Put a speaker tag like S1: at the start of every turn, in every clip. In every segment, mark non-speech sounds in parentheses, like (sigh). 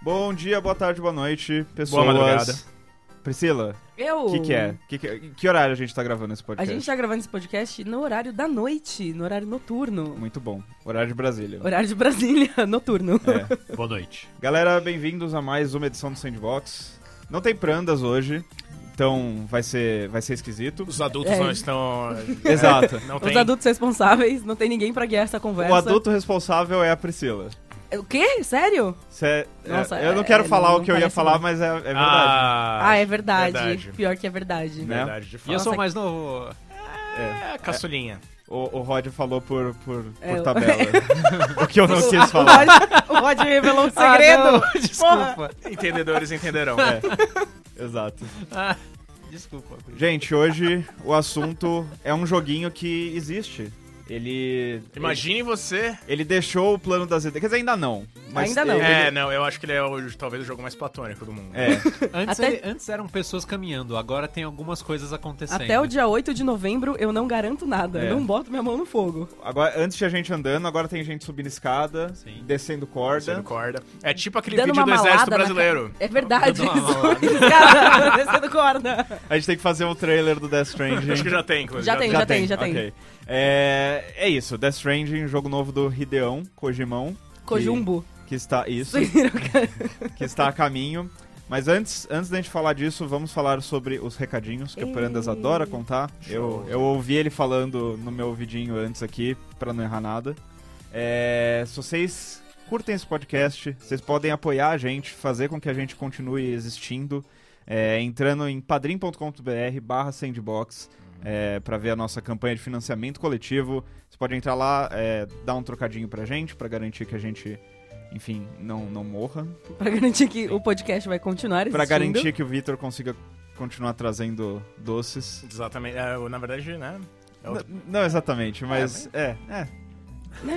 S1: bom dia, boa tarde, boa noite, pessoas.
S2: Boa madrugada.
S1: Priscila,
S3: Eu.
S1: o que, que é? Que, que, que horário a gente tá gravando esse
S3: A
S1: podcast?
S3: gente tá gravando esse podcast no horário da noite, no horário noturno.
S1: Muito bom. Horário de Brasília.
S3: Horário de Brasília, (laughs) noturno.
S1: É.
S2: Boa noite.
S1: Galera, bem-vindos a mais uma edição do Sandbox. Não tem prandas hoje, então vai ser, vai ser
S3: (laughs)
S1: esquisito.
S2: Os adultos
S3: É.
S2: não estão. É,
S1: Exato.
S2: Não
S3: Os
S2: tem.
S3: adultos responsáveis, não tem ninguém pra guiar essa conversa. É,
S1: O adulto responsável é a Priscila.
S3: O quê? Sério?
S1: Cê-
S3: Nossa,
S1: é- eu não
S3: é-
S1: quero
S3: é,
S1: falar
S3: não-
S1: o que eu
S3: não
S1: ia
S3: parece
S1: falar,
S3: bom.
S1: mas é, é verdade.
S2: Ah,
S3: Ah, é verdade.
S2: verdade.
S3: Pior que é verdade. (laughs)
S1: Né?
S2: Verdade, de fato.
S4: E eu sou o mais novo.
S2: É, caçulinha.
S1: O, o Rod falou por, por, por
S3: É, eu- (laughs)
S1: tabela. o que eu não quis
S3: O (laughs)
S1: falar.
S3: Rod, o Rod revelou um
S1: (laughs)
S3: segredo.
S4: Ah, não, (laughs) desculpa.
S2: Entendedores entenderão.
S1: Exato.
S4: Ah, desculpa.
S1: Gente, hoje o assunto é um joguinho que existe. Ele.
S2: Imagine você.
S1: Ele, ele deixou o plano das ideias. Quer dizer, ainda não. Mas
S3: Ainda não.
S1: Ele,
S2: É, não, eu acho que ele é o- talvez o jogo mais platônico do mundo.
S1: É,
S4: Antes,
S3: Até-
S4: ele- antes eram pessoas caminhando, agora tem algumas coisas acontecendo.
S3: Até o dia 8 de novembro eu não garanto nada.
S1: É.
S3: Não boto minha mão no fogo.
S1: agora, antes tinha gente andando, agora tem gente subindo escada,
S4: Sim.
S1: descendo corda.
S2: Descendo corda. É tipo aquele
S3: Dando
S2: vídeo
S3: uma
S2: do Exército
S3: malada na
S2: Brasileiro.
S3: É verdade.
S4: Eu
S3: (laughs)
S4: dou uma
S3: isso. Cara, descendo corda.
S1: A gente tem que fazer um trailer do Death Stranding.
S2: Acho que já tem, inclusive.
S3: Já tem, já tem, já tem.
S1: ok. É, é isso, Death Stranding, jogo novo do Hideon Kojimão,
S3: Cojumbo.
S1: que está. Isso.
S3: Vocês viram, cara?
S1: que está a caminho. Mas antes, antes da gente falar disso, vamos falar sobre os recadinhos que o Prandas
S3: Ei.
S1: adora contar. Eu, eu ouvi ele falando no meu ouvidinho antes aqui, pra não errar nada. É, se vocês curtem esse podcast, vocês podem apoiar a gente, fazer com que a gente continue existindo, é, entrando em padrim.com.br barra sandbox é, para ver a nossa campanha de financiamento coletivo. Você pode entrar lá, é, dar um trocadinho pra gente, pra garantir que a gente, enfim, não, não morra.
S3: (laughs) Pra garantir que o podcast vai continuar existindo.
S1: Pra garantir que o Vitor consiga continuar trazendo doces.
S2: Exatamente. É, eu, na verdade, né? é outro-
S1: N- Não exatamente, mas é, é,
S3: Não,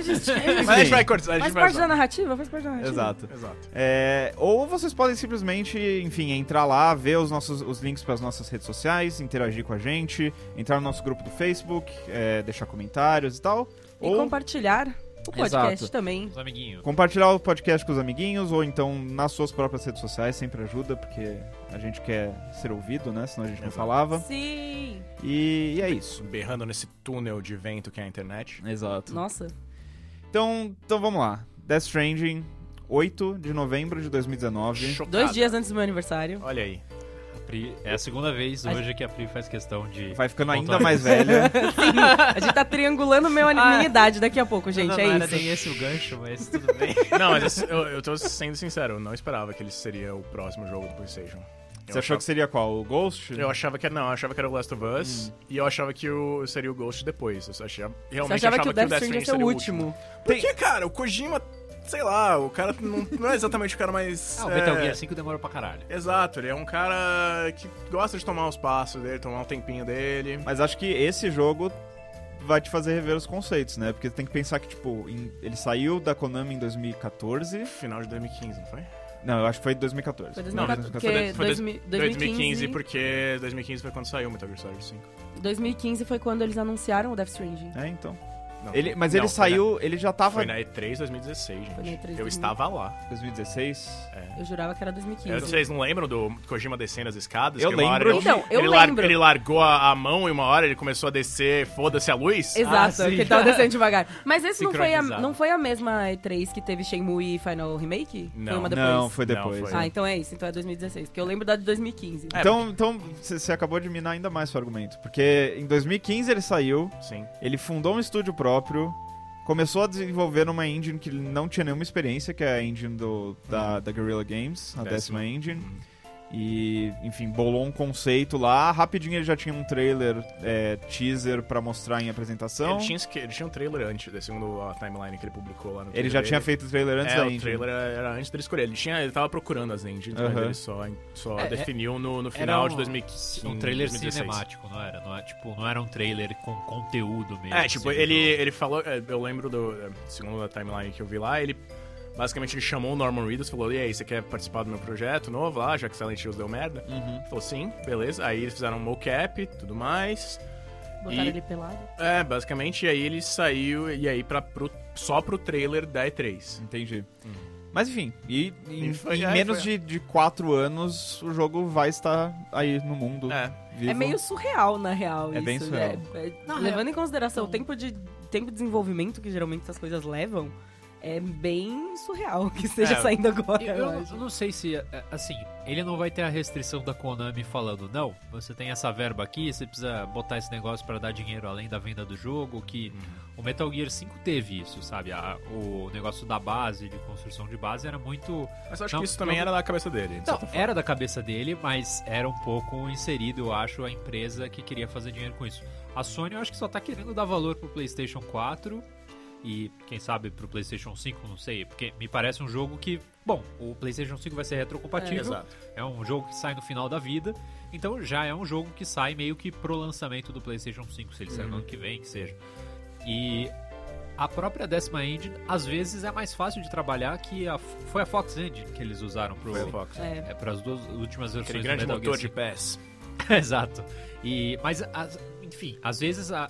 S1: (laughs)
S3: gente,
S2: Mas
S3: é-
S2: a gente vai cortar. A gente
S3: Faz
S2: vai
S3: parte da
S2: usar.
S3: narrativa, faz parte da narrativa.
S1: exato.
S2: Exato.
S1: É, ou vocês podem simplesmente, enfim, entrar lá, ver os nossos os links para as nossas redes sociais, interagir com a gente, entrar no nosso grupo do Facebook, é, deixar comentários e tal.
S3: E
S1: ou
S3: compartilhar o podcast
S1: Exato.
S3: também.
S4: Os amiguinhos.
S1: compartilhar o podcast com os amiguinhos, ou então nas suas próprias redes sociais, sempre ajuda, porque a gente quer ser ouvido, né? Senão a gente não
S2: Exato.
S1: falava.
S3: Sim.
S1: E, e é isso.
S2: Berrando nesse túnel de vento que é a internet.
S1: Exato.
S3: Nossa.
S1: Então, então vamos lá. Death Stranding, 8 de novembro de 2019.
S2: Chocado.
S3: Dois dias antes do meu aniversário.
S2: Olha aí.
S4: A Pri- é a segunda vez
S3: A
S4: hoje que a Pri faz questão de.
S1: Vai ficando ainda
S4: Contou.
S1: mais velha.
S3: A gente tá triangulando meu, an-
S4: Ah.
S3: minha idade daqui a pouco, gente.
S4: Não,
S3: é
S4: não era
S3: isso.
S4: nem esse o gancho, mas tudo bem.
S2: Não, mas eu, eu tô sendo sincero, eu não esperava que ele seria o próximo jogo do PlayStation. (laughs) Eu
S1: Você achou que seria qual? O Ghost?
S2: Eu achava que era, não, eu achava que era o Last of Us e eu achava que o, seria o Ghost depois. Eu achava,
S3: Você
S2: realmente
S3: achava que
S2: achava
S3: o Death Stranding
S2: Stranding
S3: ia ser o último.
S2: Por que, cara? O Kojima, sei lá, o cara não, não é exatamente o cara mais.
S4: (laughs) Ah, o
S2: é,
S4: Metal Gear 5 demora pra caralho.
S2: Exato, ele é um cara que gosta de tomar os passos dele, tomar o tempinho dele.
S1: Mas acho que esse jogo vai te fazer rever os conceitos, né? Porque tem que pensar que, tipo, em- ele saiu da Konami em 2014.
S2: Final de 2015, não foi?
S3: É,
S1: Não, eu acho que foi 2014.
S3: Foi
S1: Não,
S3: 2014,
S2: foi
S3: porque
S2: de- foi de-
S3: 2000
S2: 2015,
S3: 2015,
S2: porque 2015 foi quando saiu o Metal Gear Solid 5.
S3: 2015 foi quando eles anunciaram o Death Stranding.
S1: É, então.
S2: Não,
S1: Ele, mas
S2: não,
S1: ele
S2: foi na-
S1: saiu, ele já tava.
S2: Foi na E3 2016, gente.
S3: Foi na E3
S2: eu
S3: 2016.
S2: estava lá.
S1: 2016.
S3: Eu jurava que era 2015.
S2: É, Vocês não lembram do Kojima descendo as escadas?
S1: Eu
S2: Que uma hora
S1: lembro.
S2: ele-
S3: Então, eu
S2: ele lar-
S3: lembro.
S2: ele largou a, a mão e uma hora ele começou a descer, foda-se a luz.
S4: Ah,
S3: Exato,
S4: sim.
S3: que ele tava descendo devagar. Mas esse não foi, a,
S4: Sincronizado.
S3: não foi a mesma E3 que teve Shenmue e Final Remake?
S2: Não.
S3: Foi uma depois?
S1: Não, foi
S2: Não,
S1: depois.
S2: foi.
S3: Ah, então é isso, então é 2016. Porque eu lembro da de 2015.
S2: É,
S1: Então, então você você acabou de minar ainda mais seu argumento. Porque em 2015 ele saiu,
S2: Ah, Sim.
S1: Ele fundou um estúdio próprio, começou a desenvolver numa engine que ele não tinha nenhuma experiência, que é a engine do,
S2: Uhum.
S1: da, da Guerrilla Games, a décima,
S2: Décima.
S1: engine.
S2: Uhum.
S1: E, enfim, bolou um conceito lá. Rapidinho ele já tinha um trailer, é, teaser pra mostrar em apresentação.
S2: Ele, tinha, esque- ele tinha um trailer antes, né, segundo a timeline que ele publicou lá no
S1: Ele já tinha feito o trailer antes
S2: antes é,
S1: da
S2: o
S1: engine.
S2: trailer era, era antes dele escolher. Ele, tinha, ele tava procurando as engines, mas
S1: Aham.
S2: ele só, só
S4: É, é-
S2: definiu no, no
S4: Era
S2: final de 2015.
S4: Um trailer
S2: 2016.
S4: cinemático, não era? Não é, tipo, não era um trailer com conteúdo mesmo.
S2: É, tipo,
S4: assim,
S2: ele,
S4: do jogo.
S2: ele falou. é, Eu lembro do. é, Segundo a timeline que eu vi lá, ele. Basicamente, ele chamou o Norman Reedus e falou: E aí, você quer participar do meu projeto novo lá, já que Silent Hills deu merda?
S1: Uhum.
S2: Ele falou: Sim, beleza. Aí eles fizeram um mocap e tudo mais.
S3: Botaram
S2: e-
S3: ele pelado.
S2: É, basicamente, e aí ele saiu, e aí pra, pro, só pro trailer da E3.
S1: Entendi. Mas enfim, e em,
S2: Uhum. E foi-
S1: em
S2: é,
S1: menos
S2: foi-
S1: de, de quatro anos o jogo vai estar aí no mundo.
S2: É.
S1: vivo.
S3: É meio surreal, na real.
S1: É bem
S3: isso,
S1: surreal.
S3: né? É,
S4: Na então.
S3: levando em consideração
S4: não.
S3: o tempo de, tempo de desenvolvimento que geralmente essas coisas levam, é bem surreal que esteja
S2: É.
S3: saindo agora. (laughs)
S4: Eu,
S3: eu
S4: eu
S3: acho.
S4: não sei se, é, assim, ele não vai ter a restrição da Konami falando, não, você tem essa verba aqui, você precisa botar esse negócio pra dar dinheiro além da venda do jogo, que o Metal Gear 5 teve isso, sabe? A- o negócio da base, de construção de base, era muito...
S2: Mas eu acho
S4: Não,
S2: que isso também
S4: não-
S2: era da cabeça dele. de
S4: Não,
S2: certa forma.
S4: era da cabeça dele, mas era um pouco inserido, eu acho, a empresa que queria fazer dinheiro com isso. A Sony, eu acho que só tá querendo dar valor pro PlayStation 4 e, quem sabe, pro PlayStation 5, não sei, porque me parece um jogo que, bom, o PlayStation 5 vai ser retrocompatível,
S2: Exato.
S4: é um jogo que sai no final da vida, então já é um jogo que sai meio que pro lançamento do PlayStation 5, se ele sair no ano que vem, que seja. E a própria décima engine, às vezes, é mais fácil de trabalhar que a. Foi a Fox Engine que eles usaram pro.
S2: Foi o Fox.
S3: É.
S4: É, para as duas últimas
S2: Aquele
S4: versões do
S2: grande
S4: Metal
S2: motor
S4: Gear
S2: de pés.
S4: 5. (laughs) Exato. E, mas, as- enfim, às vezes a,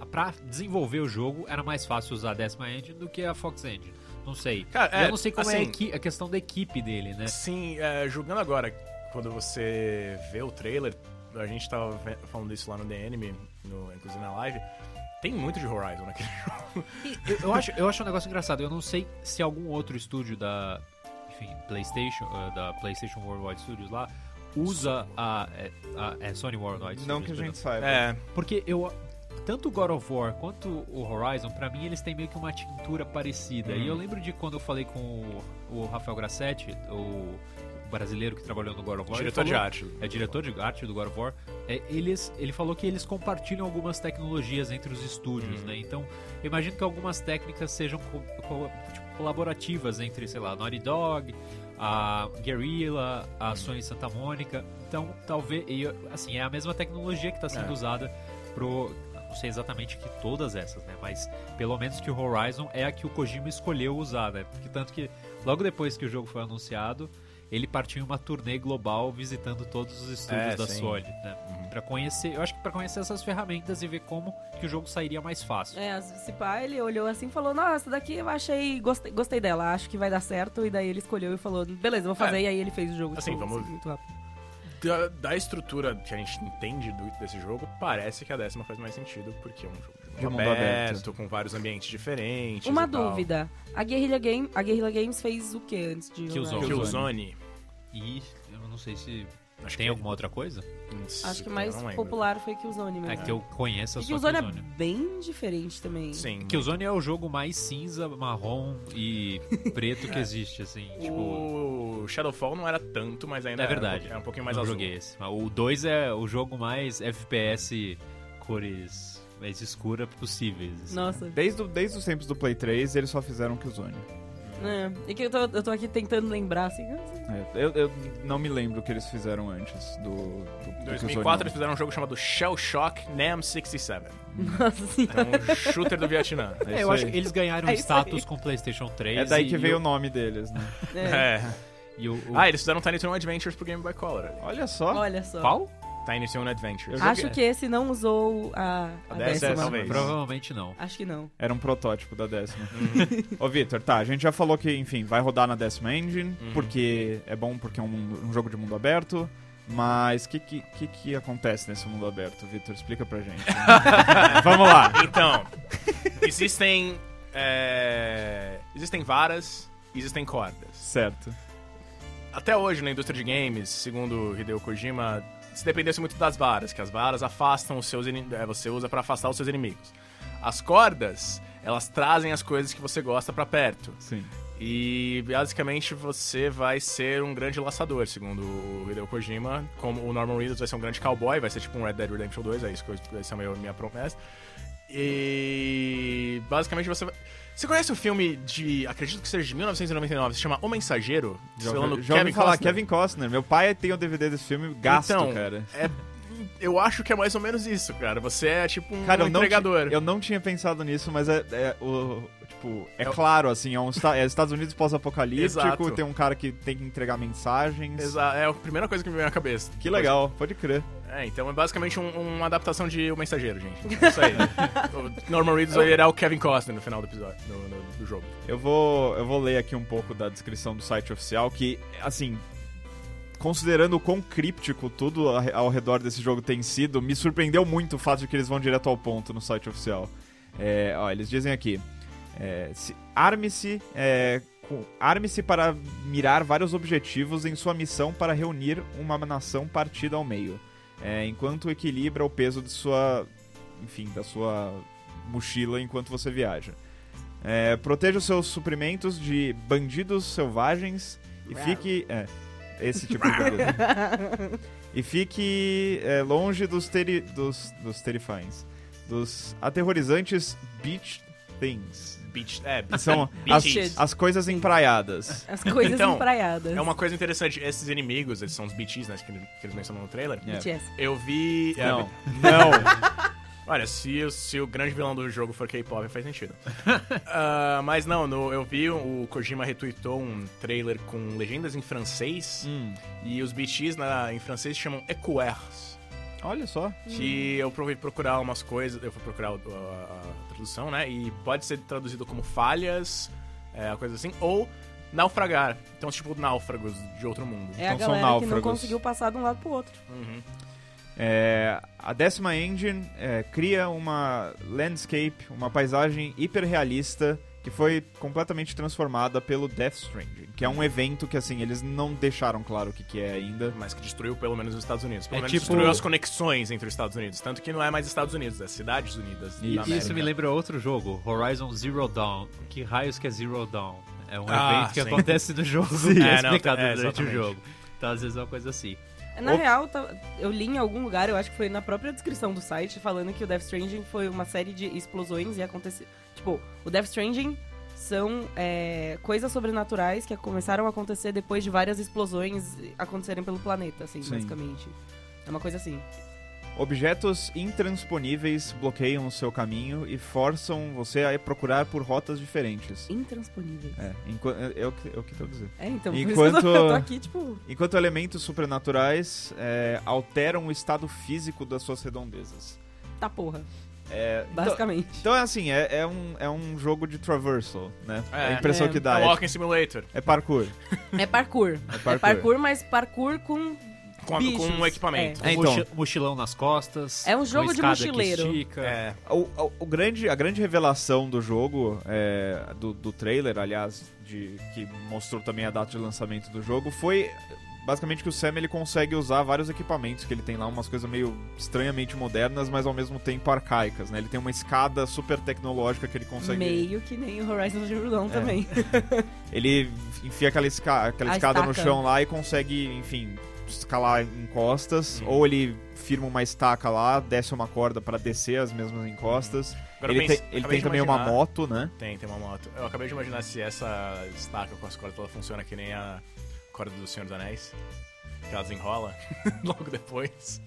S4: a- pra desenvolver o jogo era mais fácil usar a décima engine do que a Fox Engine. Não sei.
S2: Cara,
S4: E
S2: é,
S4: eu não sei como é a,
S2: assim-
S4: equi- a questão da equipe dele, né?
S2: Sim, é, julgando agora, quando você vê o trailer, a gente tava ve- falando isso lá no The Enemy, no, inclusive na live, tem muito de Horizon naquele (laughs) jogo.
S4: Eu, eu acho, eu acho um negócio engraçado. Eu não sei se algum outro estúdio da. Enfim, PlayStation. eh, da PlayStation Worldwide Studios lá. Usa a. é- a- é Sony Worldwide
S1: Não
S4: Studios,
S1: que a
S4: perdão.
S1: gente saiba.
S2: É,
S4: Porque eu. Tanto o God of War quanto o Horizon, pra mim, eles têm meio que uma tintura parecida. E eu
S2: Uhum.
S4: lembro de quando eu falei com o, o Rafael Grassetti, o brasileiro que trabalhou no God of War. ele
S2: diretor de
S4: falou-
S2: arte.
S4: É diretor de arte do God of War. É, eles, ele falou que eles compartilham algumas tecnologias entre os estúdios, né? Então, eu imagino que algumas técnicas sejam co- co- tipo, colaborativas entre, sei lá, Naughty Dog, a Guerrilla, a Sony Santa Mônica. Então, talvez. e, assim, é a mesma tecnologia que está sendo
S2: É.
S4: usada pro. Não sei exatamente que todas essas, né? Mas pelo menos que o Horizon é a que o Kojima escolheu usar, né? Porque tanto que logo depois que o jogo foi anunciado, ele partiu em uma turnê global visitando todos os estúdios
S2: É,
S4: da
S2: sim.
S4: Sony, né?
S2: Uhum.
S4: Pra conhecer, eu acho que pra conhecer essas ferramentas e ver como que o jogo sairia mais fácil.
S3: É, se pá, ele olhou assim e falou, nossa, daqui eu achei, gostei, gostei dela, acho que vai dar certo. E daí ele escolheu e falou, beleza, vou fazer.
S2: É.
S3: E aí ele fez o jogo.
S2: Assim,
S3: tipo,
S2: vamos-
S3: muito rápido.
S2: Da, da estrutura que a gente entende do- desse jogo, parece que a décima faz mais sentido, porque é um jogo de mundo aberto, com vários ambientes diferentes.
S3: Uma
S2: e tal.
S3: dúvida, a Guerrilla, Game, a Guerrilla Games fez o que antes de...
S4: Killzone.
S3: Horizon?
S2: Killzone.
S4: E eu não sei se
S2: Acho
S4: tem
S2: que-
S4: alguma outra coisa.
S3: Acho que é
S2: eu
S3: mais
S2: não lembro.
S3: popular foi Killzone mesmo.
S4: É que eu
S3: E
S4: conheço a só
S3: Killzone é
S4: Killzone.
S3: bem diferente também.
S2: Sim.
S4: Killzone é o jogo mais cinza, marrom e preto (laughs) que existe, assim. Tipo,
S2: O Shadowfall não era tanto, mas ainda
S4: é
S2: era um
S4: verdade.
S2: pouquinho- era um pouquinho mais
S4: não
S2: azul.
S4: joguei esse. Mas O 2 é o jogo mais FPS cores mais escura possíveis. assim.
S3: Nossa.
S1: Desde, o- desde os tempos do Play 3, eles só fizeram Killzone.
S3: É, é que eu tô, eu tô aqui tentando lembrar, assim. (laughs) ah,
S1: É, eu, eu não me lembro o que eles fizeram antes do, do,
S2: Em
S1: do
S2: 2004 eles
S1: Killzone.
S2: fizeram um jogo chamado Shell Shock Nam 67.
S3: Nossa senhora.
S1: (laughs)
S2: É um shooter do Vietnã.
S1: É
S4: É,
S1: isso
S4: eu acho
S1: aí.
S4: que eles ganharam
S3: É isso
S4: status com o PlayStation 3.
S1: É daí
S4: e-
S1: que
S4: e
S1: veio o
S4: o-
S1: nome deles, né?
S3: É.
S2: É.
S4: E o, o-
S2: Ah, eles fizeram Tiny Toon Adventures pro Game Boy Color.
S1: Olha só.
S3: Olha só.
S4: qual?
S2: Tiny Toon Adventures.
S1: Eu joguei-
S3: Acho que esse não usou a,
S2: A
S3: a, décima.
S2: décima, talvez.
S4: Provavelmente não.
S3: Acho que não.
S1: Era um protótipo da décima. (laughs) Ô, Vitor, tá, a gente já falou que, enfim, vai rodar na décima engine, porque é bom porque é um, mundo- um jogo de mundo aberto. Mas o que, que, que, que acontece nesse mundo aberto, Vitor? Explica pra gente. Vamos lá.
S2: (laughs) Então, existem. é, Existem varas, existem cordas.
S1: Certo.
S2: Até hoje, na indústria de games, segundo Hideo Kojima, se dependesse muito das varas, que as varas afastam os seus inimigos. Você usa pra afastar os seus inimigos. As cordas, elas trazem as coisas que você gosta pra perto.
S1: Sim.
S2: E basicamente você vai ser um grande laçador, segundo o Hideo Kojima. Como o Norman Reedus vai ser um grande cowboy, vai ser tipo um Red Dead Redemption 2, é isso que eu- essa é a minha- minha promessa. E basicamente você vai. Você conhece o filme de. Acredito que seja de 1999, se chama O Mensageiro?
S1: Já
S2: Estrelando
S1: ouvi, já ouvi falar
S2: Costner?
S1: Kevin Costner. Meu pai tem o DVD desse filme gasto,
S2: Então,
S1: cara.
S2: É, eu acho que é mais ou menos isso, cara. Você é tipo um
S1: Cara, eu não, ti-
S2: entregador.
S1: eu não tinha pensado nisso, mas é, é o, tipo, tipo, é
S2: É o-
S1: claro, assim, é, um, esta- é Estados Unidos pós-apocalíptico,
S2: Exato.
S1: tem um cara que tem que entregar mensagens.
S2: Exa- É a primeira coisa que me veio na cabeça.
S1: Que legal, pode crer.
S2: É, então é basicamente um- uma adaptação de O Mensageiro, gente. É Isso aí. o Norman Reedus vai virar o Kevin Costner no final do episódio, no- no- do jogo.
S1: Eu vou, eu vou ler aqui um pouco da descrição do site oficial, que, assim, considerando o quão críptico tudo a- ao redor desse jogo tem sido, me surpreendeu muito o fato de que eles vão direto ao ponto no site oficial. É, ó, eles dizem aqui: é, se- arme-se. é, com- Arme-se para mirar vários objetivos em sua missão para reunir uma nação partida ao meio, é, enquanto equilibra o peso de sua, enfim, da sua mochila enquanto você viaja. É, proteja os seus suprimentos de bandidos selvagens e
S3: Rar.
S1: fique. É, esse tipo de bandido. e fique é, longe dos, teri, dos, dos terrifyings. Dos aterrorizantes beach things.
S2: Beach, (laughs) é,
S1: Que São as,
S2: beaches.
S1: as coisas empraiadas.
S3: (laughs) As coisas
S2: Então,
S3: empraiadas.
S2: É uma coisa interessante, esses inimigos, eles são os BTs, né, que que eles mencionam no trailer.
S1: É.
S3: BTS.
S2: Eu vi... é,
S1: Não, não.
S2: Olha, se, o- se o grande vilão do jogo for K-pop,
S1: (laughs)
S2: faz sentido. Ah, mas não, no- eu vi o Kojima retweetou um trailer com legendas em francês
S1: Hum,
S2: e os BTs na, em francês chamam Ecoers.
S1: olha só.
S2: Que eu fui procurar umas coisas, eu fui procurar o- a, a tradução, né? E pode ser traduzido como falhas, é, coisa assim, ou naufragar. Então, tipo, náufragos de outro mundo.
S3: É a
S1: Então são
S3: galera que não
S1: náufragos.
S3: conseguiu passar de um lado pro outro.
S2: Uhum.
S1: É, a décima engine é, cria uma landscape, uma paisagem hiperrealista que foi completamente transformada pelo Death Stranding, que é um evento que assim eles não deixaram claro o que, que é ainda.
S2: Mas que destruiu pelo menos os Estados Unidos. Pelo
S4: É
S2: menos
S4: tipo-
S2: destruiu as conexões entre os Estados Unidos. Tanto que não é mais Estados Unidos, é Cidades Unidas. da
S1: E-
S4: E
S2: América.
S4: isso me lembra outro jogo, Horizon Zero Dawn. Que raios que é Zero Dawn? É um
S2: Ah,
S4: evento que
S2: sim.
S4: acontece no jogo, que
S2: É,
S4: (laughs) é
S2: não,
S4: explicado
S2: é,
S4: durante o
S2: exatamente.
S4: jogo. Então, às vezes é uma coisa assim.
S3: Na
S1: Ou-
S3: real, tá- eu li em algum lugar, eu acho que foi na própria descrição do site, falando que o Death Stranding foi uma série de explosões e aconteceu. Tipo, o Death Stranding são é, coisas sobrenaturais que começaram a acontecer depois de várias explosões acontecerem pelo planeta, assim,
S1: Sim.
S3: basicamente. É uma coisa assim.
S1: Objetos intransponíveis bloqueiam o seu caminho e forçam você a procurar por rotas diferentes.
S3: Intransponível.
S1: É, enqu- é, é o que, é o que eu tô dizendo.
S3: É, então, por isso
S1: Enquanto-
S3: que eu tô- eu tô aqui, tipo.
S1: Enquanto elementos supernaturais é, alteram o estado físico das suas redondezas.
S3: Tá porra.
S1: É, então-
S3: Basicamente.
S1: Então é assim, é, é um, é um jogo de traversal, né? É,
S2: É.
S1: a impressão
S3: É.
S1: que dá.
S2: É
S1: É,
S2: Walking Simulator.
S1: é parkour.
S3: É parkour.
S1: É
S3: É
S1: parkour.
S3: parkour, mas parkour com.
S2: Com, a- com
S3: Bichos,
S2: um equipamento.
S1: É,
S4: Um
S1: então.
S4: mochi- mochilão nas costas.
S3: É um
S4: uma
S3: jogo de
S4: escada que
S3: mochileiro.
S4: estica.
S2: É.
S1: O, o- o grande, a grande revelação do jogo, é, do, do trailer, aliás, de, que mostrou também a data de lançamento do jogo, foi basicamente que o Sam ele consegue usar vários equipamentos que ele tem lá, umas coisas meio estranhamente modernas, mas ao mesmo tempo arcaicas, né? Ele tem uma escada super tecnológica que ele consegue.
S3: Meio que nem o Horizon Zero Dawn
S1: É.
S3: também.
S1: Ele enfia aquela, esca- aquela
S3: A
S1: escada no
S3: estaca.
S1: chão lá e consegue, enfim, escalar encostas.
S2: Hum.
S1: Ou ele firma uma estaca lá, desce uma corda pra descer as mesmas encostas.
S2: Uhum. Agora
S1: ele
S2: pense-
S1: tem, ele
S2: acabei
S1: tem
S2: de
S1: também uma
S2: imaginar-
S1: moto, né?
S2: Tem, tem uma moto. Eu acabei de imaginar se essa estaca com as cordas ela funciona que nem a corda do Senhor dos Anéis. Que ela desenrola (laughs) logo depois.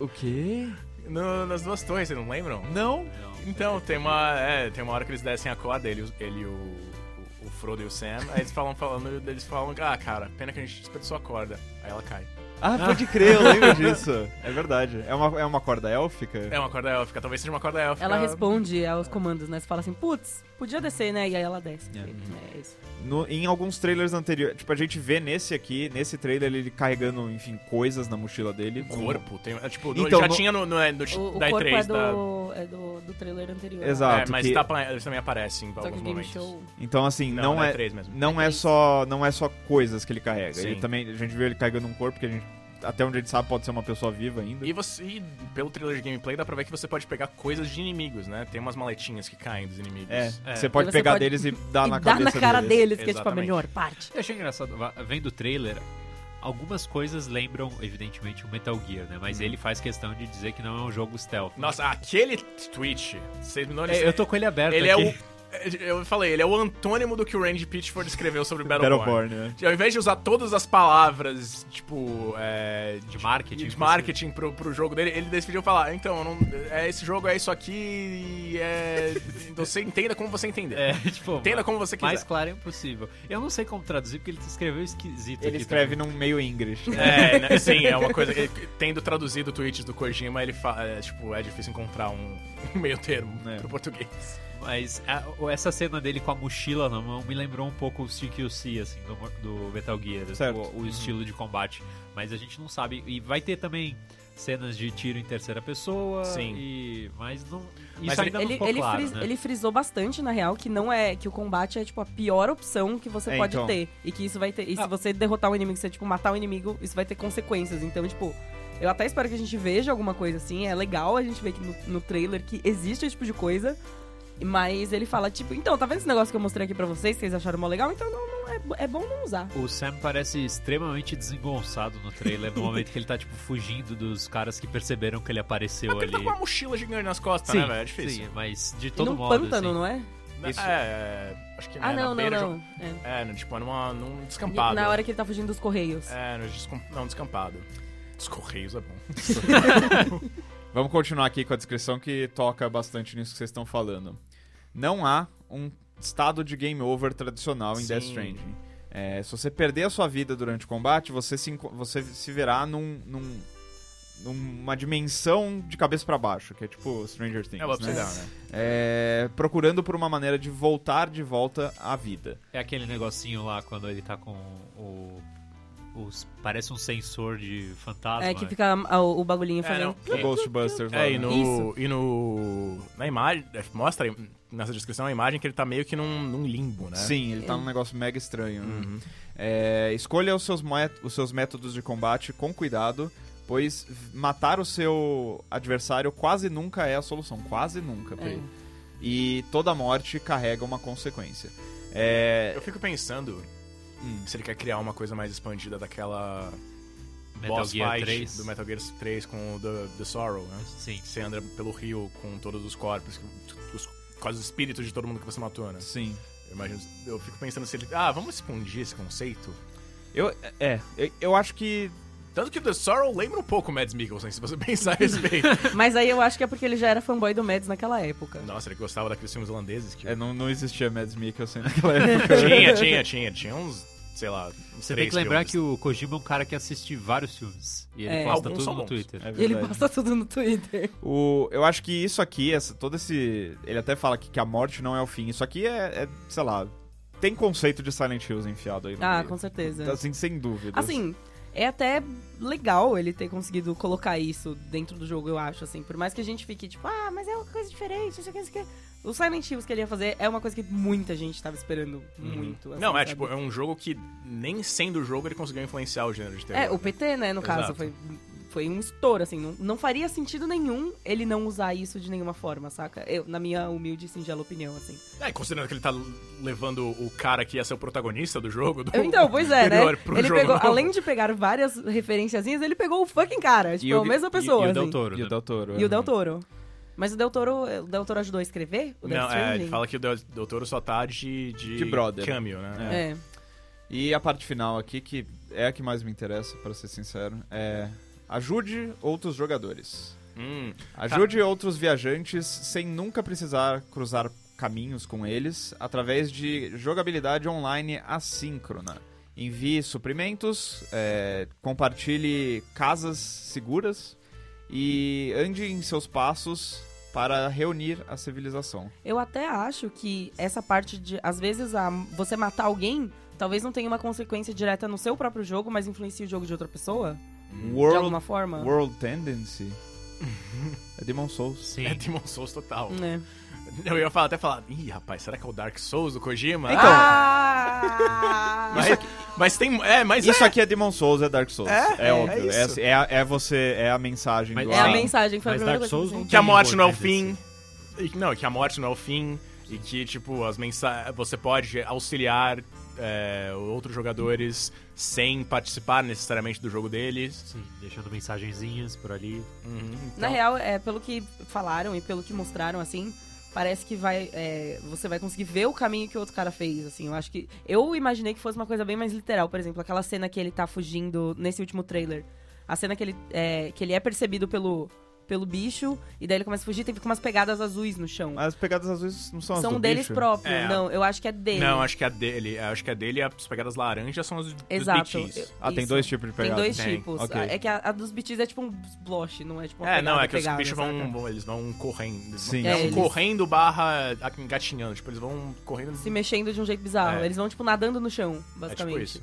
S1: O, quê?
S2: No- nas duas torres, vocês não lembram?
S1: Não.
S4: Não.
S2: Então, tem uma, é, tem uma hora que eles descem a corda, ele, e o- ele e o, o, o Frodo e o Sam. Aí eles falam, falando, eles falam, ah, cara, pena que a gente desperdiçou a corda. Aí ela cai.
S1: Ah, pode crer, eu lembro disso. É verdade. É uma, é uma corda élfica?
S2: É uma corda élfica, talvez seja uma corda élfica.
S3: Ela responde aos comandos, né? Você fala assim, putz, podia descer, né? E aí ela desce. É, isso.
S1: No- em alguns trailers anteriores, tipo, a gente vê nesse aqui, nesse trailer, ele carregando, enfim, coisas na mochila dele.
S2: O corpo, tem, é, tipo,
S1: Então,
S2: no, já
S1: no-
S2: tinha no, no, no,
S3: O, o
S2: da
S3: corpo
S2: E3,
S3: é
S2: da-
S3: do, é do, do trailer anterior. né?
S1: Exato.
S2: É, mas
S1: que-
S2: tá, eles também aparecem em
S3: Só que
S2: alguns
S3: o game
S2: momentos.
S3: show...
S1: Então, assim, não,
S2: na
S1: é.
S2: E3 mesmo.
S1: não é
S3: Aqueles-
S1: só não é só coisas que ele carrega.
S2: Sim.
S1: Ele também a gente viu ele carregando um corpo que a gente até onde a gente sabe pode ser uma pessoa viva ainda.
S2: E você, e pelo trailer de gameplay, dá pra ver que você pode pegar coisas de inimigos, né? Tem umas maletinhas que caem dos inimigos.
S1: É,
S4: É.
S1: você pode
S3: E você
S1: pegar
S3: pode- (laughs)
S1: deles e dar
S3: e
S1: na
S3: dá
S1: cabeça
S3: na cara
S1: deles.
S3: deles, que é tipo a
S2: Exatamente.
S3: melhor parte.
S4: Eu achei engraçado, va- vendo o trailer, algumas coisas lembram, evidentemente, o Metal Gear, né? Mas ele faz questão de dizer que não é um jogo stealth.
S2: Nossa, aquele tweet, vocês não
S4: É, eu tô com ele aberto
S2: Ele é
S4: (laughs) aqui.
S2: o. Eu falei, ele é o antônimo do que o Randy Pitchford escreveu sobre Battleborn.
S1: Battleborn, né?
S2: Ao invés de usar todas as palavras, tipo, é,
S4: De marketing.
S2: de marketing pro, pro jogo dele, ele decidiu falar, então, eu não- é, esse jogo é isso aqui e é... você entenda como você entender.
S4: É, (laughs) tipo,
S2: Entenda como você quiser.
S4: mais claro é impossível. Eu não sei como traduzir, porque ele escreveu esquisito
S1: Ele
S4: aqui
S1: escreve num meio English. né?
S2: É, né, sim, é uma coisa. ele- Tendo traduzido tweets do Kojima, ele fala. É, tipo, é difícil encontrar um, um meio termo
S1: É.
S2: pro português.
S4: Mas a- essa cena dele com a mochila na mão me lembrou um pouco o CQC, assim, do, do Metal Gear. assim,
S1: Certo.
S4: O, o estilo de combate. Mas a gente não sabe. E vai ter também cenas de tiro em terceira pessoa.
S2: Sim.
S4: e- mas não. Isso
S2: Mas
S4: ainda não
S3: Ele,
S4: ficou
S3: ele
S4: claro,
S3: fris-
S4: né?
S3: ele frisou bastante, na real, que não é que o combate é tipo a pior opção que você
S1: É,
S3: pode
S1: então.
S3: ter. E que isso vai ter. E
S4: Ah.
S3: se você derrotar o inimigo, se você tipo, matar o inimigo, isso vai ter consequências. Então, tipo, eu até espero que a gente veja alguma coisa assim. É legal a gente ver que no, no trailer que existe esse tipo de coisa. Mas ele fala, tipo, então, tá vendo esse negócio que eu mostrei aqui pra vocês? que Vocês acharam mó legal? Então não, não é, bo- é bom não usar.
S4: O Sam parece extremamente desengonçado no trailer, no momento que ele tá, tipo, fugindo dos caras que perceberam que ele apareceu
S2: Porque ele tá
S4: ali.
S2: com uma mochila gigante nas costas, né, velho? É difícil.
S4: sim, mas de
S3: E
S4: todo
S3: num
S4: modo.
S3: pântano,
S4: assim.
S3: não é?
S2: Na-
S4: Isso.
S2: É, é, acho que
S3: Ah,
S2: é,
S3: não,
S2: na
S3: não,
S2: beira de um-
S3: não. É.
S2: É, no- tipo, numa, num descampado.
S3: Na hora que ele tá fugindo dos correios.
S2: É, no descom... não, descampado. Os Correios é bom. (laughs)
S1: Vamos continuar aqui com a descrição que toca bastante nisso que vocês estão falando. Não há um estado de game over tradicional em
S2: Sim.
S1: Death Stranding. É, se você perder a sua vida durante o combate, você se, enco- você se verá num, num- numa dimensão de cabeça pra baixo, que é tipo Stranger Things.
S2: É o upside
S1: né?
S2: down, né?
S1: É, procurando por uma maneira de voltar de volta à vida.
S4: É aquele negocinho lá quando ele tá com o. os- parece um sensor de fantasma.
S3: É, que fica a- o, o bagulhinho
S2: É,
S3: fazendo.
S2: não.
S1: O Ghostbusters lá,
S2: É, e
S1: né?
S2: no, e no. Na imagem. é, Mostra aí nessa descrição a imagem que ele tá meio que num, num limbo, né? Uhum.
S1: Sim, ele
S3: É.
S1: tá num negócio mega estranho. né? É, escolha os seus, mé- os seus métodos de combate com cuidado, pois v- matar o seu adversário quase nunca é a solução. Quase nunca, Pri.
S3: É.
S1: E toda morte carrega uma consequência. É,
S2: Eu fico pensando
S1: Hum.
S2: se ele quer criar uma coisa mais expandida daquela
S4: Metal
S2: boss
S4: Gear
S2: fight
S4: 3.
S2: do Metal Gear 3 com o The, The Sorrow, né?
S4: Sim.
S2: Que você anda pelo rio com todos os corpos, com os, quase os espíritos de todo mundo que você matou, né?
S1: sim.
S2: Eu, imagino, eu fico pensando se ele. Ah, vamos expandir esse conceito?
S1: Eu, é, eu, eu acho que.
S2: Tanto que o The Sorrow lembra um pouco o Mads Mikkelsen, se você (laughs) pensar a
S4: (laughs)
S2: respeito.
S3: Mas aí eu acho que é porque ele já era fanboy do Mads naquela época.
S2: Nossa, ele gostava daqueles filmes holandeses que.
S1: é, não, não existia Mads Mikkelsen
S3: (laughs)
S1: naquela época.
S2: Tinha, tinha, tinha. Tinha uns, sei lá, uns
S4: Você tem
S2: três
S4: que lembrar
S2: filmes.
S4: que o Kojima é um cara que assiste vários filmes. E ele
S3: É.
S4: posta
S2: Alguns
S4: tudo
S2: são
S4: no
S2: bons.
S4: Twitter.
S1: É
S3: E ele
S1: verdade.
S3: posta tudo no Twitter.
S1: O, eu acho que isso aqui, essa, todo esse. Ele até fala aqui que a morte não é o fim. Isso aqui é, é, sei lá. Tem conceito de Silent Hills enfiado aí no
S3: Ah,
S1: meio.
S3: com certeza.
S1: Assim, sem dúvida.
S3: Assim, é até legal ele ter conseguido colocar isso dentro do jogo, eu acho, assim. Por mais que a gente fique tipo, ah, mas é uma coisa diferente, isso aqui, isso aqui. O Silent Hills que ele ia fazer é uma coisa que muita gente tava esperando muito. assim,
S2: Não, é
S3: sabe?
S2: tipo, é um jogo que, nem sendo o jogo, ele conseguiu influenciar o gênero de terror.
S3: É, o PT, né, no
S2: Exato.
S3: caso, foi, foi um estouro, assim. Não, não faria sentido nenhum ele não usar isso de nenhuma forma, saca? Eu, na minha humilde e singela opinião, assim.
S2: É, considerando que ele tá levando o cara que ia ser o protagonista do jogo. Do
S3: Então, pois é, né?
S2: anterior pro
S3: Ele
S2: jogo
S3: pegou,
S2: novo.
S3: além de pegar várias referenciazinhas, ele pegou o fucking cara. Tipo,
S4: E
S3: é
S4: o-
S3: a mesma
S4: e-
S3: pessoa.
S4: E, o
S3: assim.
S4: Del Toro,
S1: E o
S4: né?
S1: Del Toro.
S3: E o
S1: é.
S3: Del Toro. Mas o Del Toro, o Del Toro ajudou a escrever? O Death
S2: Não, é, ele
S3: Stranding?
S2: fala que o Del- Doutor só tá de. De,
S1: De brother.
S2: Cameo, né?
S3: É.
S1: E a parte final aqui, que é a que mais me interessa, pra ser sincero, é... Ajude outros jogadores.
S2: Hum,
S1: Ajude outros viajantes sem nunca precisar cruzar caminhos com eles, através de jogabilidade online assíncrona. Envie suprimentos, é, compartilhe casas seguras e ande em seus passos para reunir a civilização.
S3: Eu até acho que essa parte de, às vezes, a, você matar alguém, talvez não tenha uma consequência direta no seu próprio jogo, mas influencia o jogo de outra pessoa, de
S1: World,
S3: alguma forma.
S1: World Tendency? é Demon Souls.
S4: Sim.
S2: (laughs) é Demon Souls total.
S3: Né?
S2: Eu ia falar, até falar, ih, rapaz, será que é o Dark Souls do Kojima?
S1: Então.
S2: Ah,
S3: Ah!
S2: mas, mas tem. É, mas
S1: Isso aqui é Demon Souls, é Dark Souls. É,
S2: É,
S1: óbvio.
S2: é isso.
S1: É, é, é você, é a mensagem
S4: (laughs) Mas
S1: do
S3: É a
S1: Alan.
S3: mensagem, foi a
S4: Mas
S3: primeira
S4: Dark
S3: coisa
S4: Souls não
S3: que
S2: que
S3: eu
S2: a
S3: pensei.
S2: morte não é o
S4: Entendi.
S2: fim. E que- não, que a morte não é o fim. E que, tipo, as mensa você pode auxiliar é, outros jogadores sem participar necessariamente do jogo deles.
S4: Sim, deixando mensagenzinhas por ali.
S2: Uhum,
S3: Na
S2: então-
S3: real, é pelo que falaram e pelo que mostraram, assim, parece que vai. é, você vai conseguir ver o caminho que o outro cara fez, assim. Eu acho que. Eu imaginei que fosse uma coisa bem mais literal, por exemplo, aquela cena que ele tá fugindo nesse último trailer. A cena que ele é, que ele é percebido pelo, pelo bicho, e daí ele começa a fugir, tem que ficar umas pegadas azuis no chão.
S1: As pegadas azuis não Ah, são as
S3: São
S1: do
S3: deles
S1: bicho?
S3: próprios,
S2: É.
S3: não. Eu acho que é dele.
S2: Não, acho que a dele, acho que a dele e as pegadas laranjas são as dos
S3: Exato.
S2: BTs.
S3: Eu-
S1: Ah, tem
S3: isso.
S1: dois tipos de
S3: Tem
S1: pegada.
S3: dois
S2: é Tem,
S3: tipos.
S1: ok.
S3: É que a, a dos BTs é tipo um blush, não é tipo uma
S2: É,
S3: pegada
S2: não, é que os
S3: pegada,
S2: bichos
S3: saca?
S2: vão, vão- Eles vão correndo. Eles
S1: Sim.
S2: Não
S1: É,
S2: vão
S1: eles-
S2: correndo barra engatinhando. Tipo, eles vão correndo.
S3: se mexendo de um jeito bizarro.
S2: É.
S3: Eles vão, tipo, nadando no chão,
S2: é tipo
S3: basicamente.
S2: isso.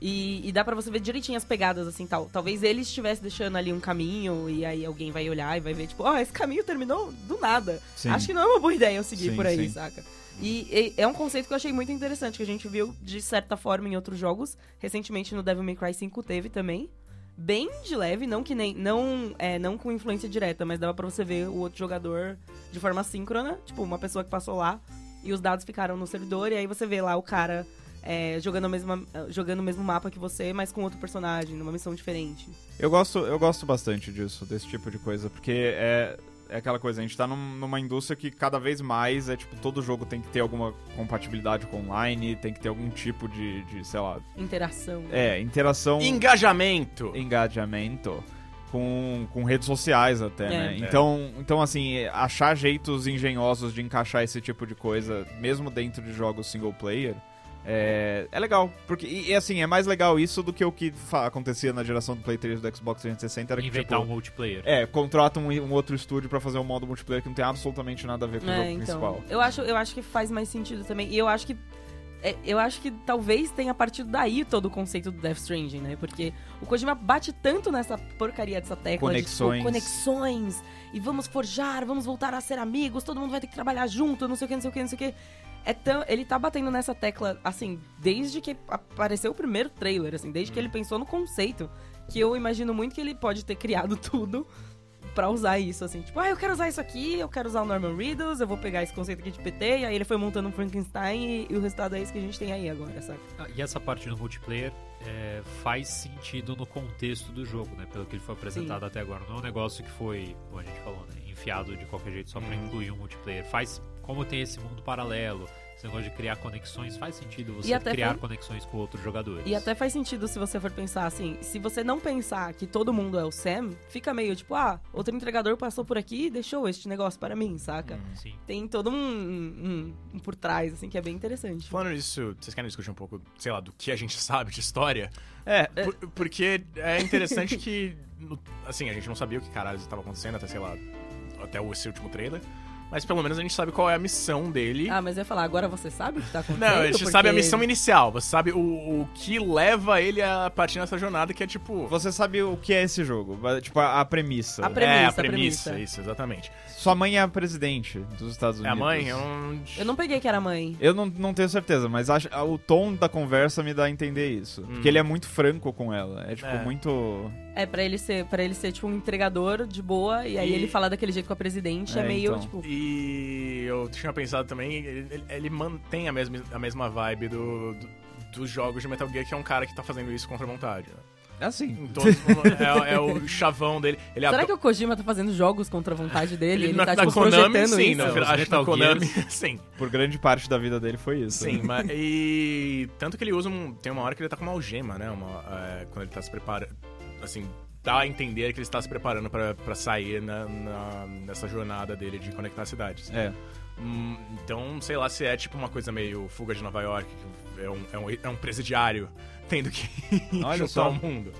S3: E, e dá pra você ver direitinho as pegadas, assim, tal. Talvez ele estivesse deixando ali um caminho, e aí alguém vai olhar e vai ver, tipo, ó, esse caminho terminou do nada.
S1: Sim.
S3: Acho que não é uma boa ideia eu seguir
S1: Sim,
S3: por aí,
S1: sim.
S3: saca? E, e é um conceito que eu achei muito interessante, que a gente viu, de certa forma, em outros jogos. Recentemente no Devil May Cry 5 teve também. Bem de leve, não que nem. Não, é, não com influência direta, mas dava pra você ver o outro jogador de forma síncrona. Tipo, uma pessoa que passou lá e os dados ficaram no servidor, e aí você vê lá o cara é, jogando, a mesma, jogando o mesmo mapa que você, mas com outro personagem, numa missão diferente.
S1: Eu gosto, eu gosto bastante disso, desse tipo de coisa, porque é, é aquela coisa, a gente tá num- numa indústria que cada vez mais é tipo, todo jogo tem que ter alguma compatibilidade com online, tem que ter algum tipo de, de sei lá,
S3: Interação.
S1: é, interação,
S2: Engajamento!
S1: engajamento com, com redes sociais até,
S3: É.
S1: né?
S2: É.
S1: Então, então, assim, é, achar jeitos engenhosos de encaixar esse tipo de coisa, mesmo dentro de jogos single player, é, é legal. Porque, e, e, assim, é mais legal isso do que o que fa- acontecia na geração do Play 3 e do Xbox 360, era que,
S4: Inventar um
S1: tipo,
S4: multiplayer.
S1: é, contrata um, um outro estúdio pra fazer um modo multiplayer que não tem absolutamente nada a ver com o
S3: É,
S1: jogo
S3: então.
S1: principal.
S3: Eu acho, eu acho que faz mais sentido também. E eu acho que. é, Eu acho que talvez tenha partido daí todo o conceito do Death Stranding, né? Porque o Kojima bate tanto nessa porcaria dessa tecla de
S1: Conexões.
S3: tipo, conexões e vamos forjar, vamos voltar a ser amigos, todo mundo vai ter que trabalhar junto, não sei o que, não sei o que, não sei o que. É tão, ele tá batendo nessa tecla, assim, desde que apareceu o primeiro trailer, assim, desde que ele pensou no conceito, que eu imagino muito que ele pode ter criado (laughs) tudo pra usar isso, assim. Tipo, ah, eu quero usar isso aqui, eu quero usar o Norman Reedus, eu vou pegar esse conceito aqui de PT, e aí ele foi montando um Frankenstein e, e o resultado é isso que a gente tem aí agora, saca?
S4: Ah, E essa parte do multiplayer é, faz sentido no contexto do jogo, né? Pelo que ele foi apresentado até agora. Não é um negócio que foi, como a gente falou, né? Enfiado de qualquer jeito só pra
S2: Uhum.
S4: incluir um multiplayer. Faz, como tem esse mundo paralelo, esse negócio de criar conexões, faz sentido
S3: E
S4: você
S3: até
S4: criar
S3: foi-
S4: conexões com outros jogadores.
S3: E até faz sentido se você for pensar assim, se você não pensar que todo mundo é o Sam, fica meio tipo, ah, outro entregador passou por aqui e deixou este negócio para mim, saca?
S4: Sim.
S3: Tem todo um, um- um por trás, assim, que é bem interessante.
S2: Falando nisso, vocês querem discutir um pouco, sei lá, do que a gente (laughs) sabe de história?
S1: É,
S2: Por- porque é interessante que, no- assim, a gente não sabia o que caralho estava acontecendo até, sei lá, até esse último trailer. Mas pelo menos a gente sabe qual é a missão dele.
S3: Ah, mas eu ia falar, agora você sabe o que tá acontecendo?
S2: Não, a gente
S3: Porque-
S2: sabe a missão inicial, você sabe o, o que leva ele a partir nessa jornada, que é tipo.
S1: você sabe o que é esse jogo, mas, tipo, a, a premissa.
S3: A premissa,
S2: é, a
S3: a
S2: premissa,
S3: premissa.
S2: isso, exatamente.
S1: Sua mãe é a presidente dos Estados
S2: É
S1: Unidos.
S2: a mãe, eu não.
S3: Eu não peguei que era mãe.
S1: Eu não, não tenho certeza, mas acho, ah, o tom da conversa me dá a entender isso. Porque ele é muito franco com ela. É tipo,
S2: Hum. É.
S1: muito.
S3: É, pra ele ser, pra ele ser tipo um entregador de boa, e aí
S2: E-
S3: ele falar daquele jeito com a presidente é,
S1: É,
S3: meio,
S1: então.
S3: tipo.
S2: E eu tinha pensado também, ele, ele- ele mantém a mesma, a mesma vibe do, do- dos jogos de Metal Gear, que é um cara que tá fazendo isso contra a vontade. Né?
S1: É assim.
S2: Em todos os momentos,
S3: (laughs)
S2: é, é o chavão dele. Ele
S3: Será
S2: ado-
S3: que o Kojima tá fazendo jogos contra a vontade dele?
S2: ele,
S3: Ele,
S2: na,
S3: tá,
S2: na
S3: tipo,
S2: Konami,
S3: projetando
S2: sim,
S3: isso?
S2: na-
S4: Os
S2: acho que na
S4: Metal
S2: Konami, (laughs) sim.
S1: Por grande parte da vida dele foi isso. (laughs) né?
S2: Sim, mas. E. Tanto que ele usa um. Tem uma hora que ele tá com uma algema, né? Uma, é, quando ele tá se preparando. Assim, dá a entender que ele está se preparando pra, pra sair na, na- nessa jornada dele de conectar cidades.
S1: É.
S2: Hum, então, sei lá se é tipo uma coisa meio fuga de Nova York, que é um, é um, é um presidiário (laughs) tendo que
S1: Olha
S2: (laughs) juntar
S1: só.
S2: o mundo.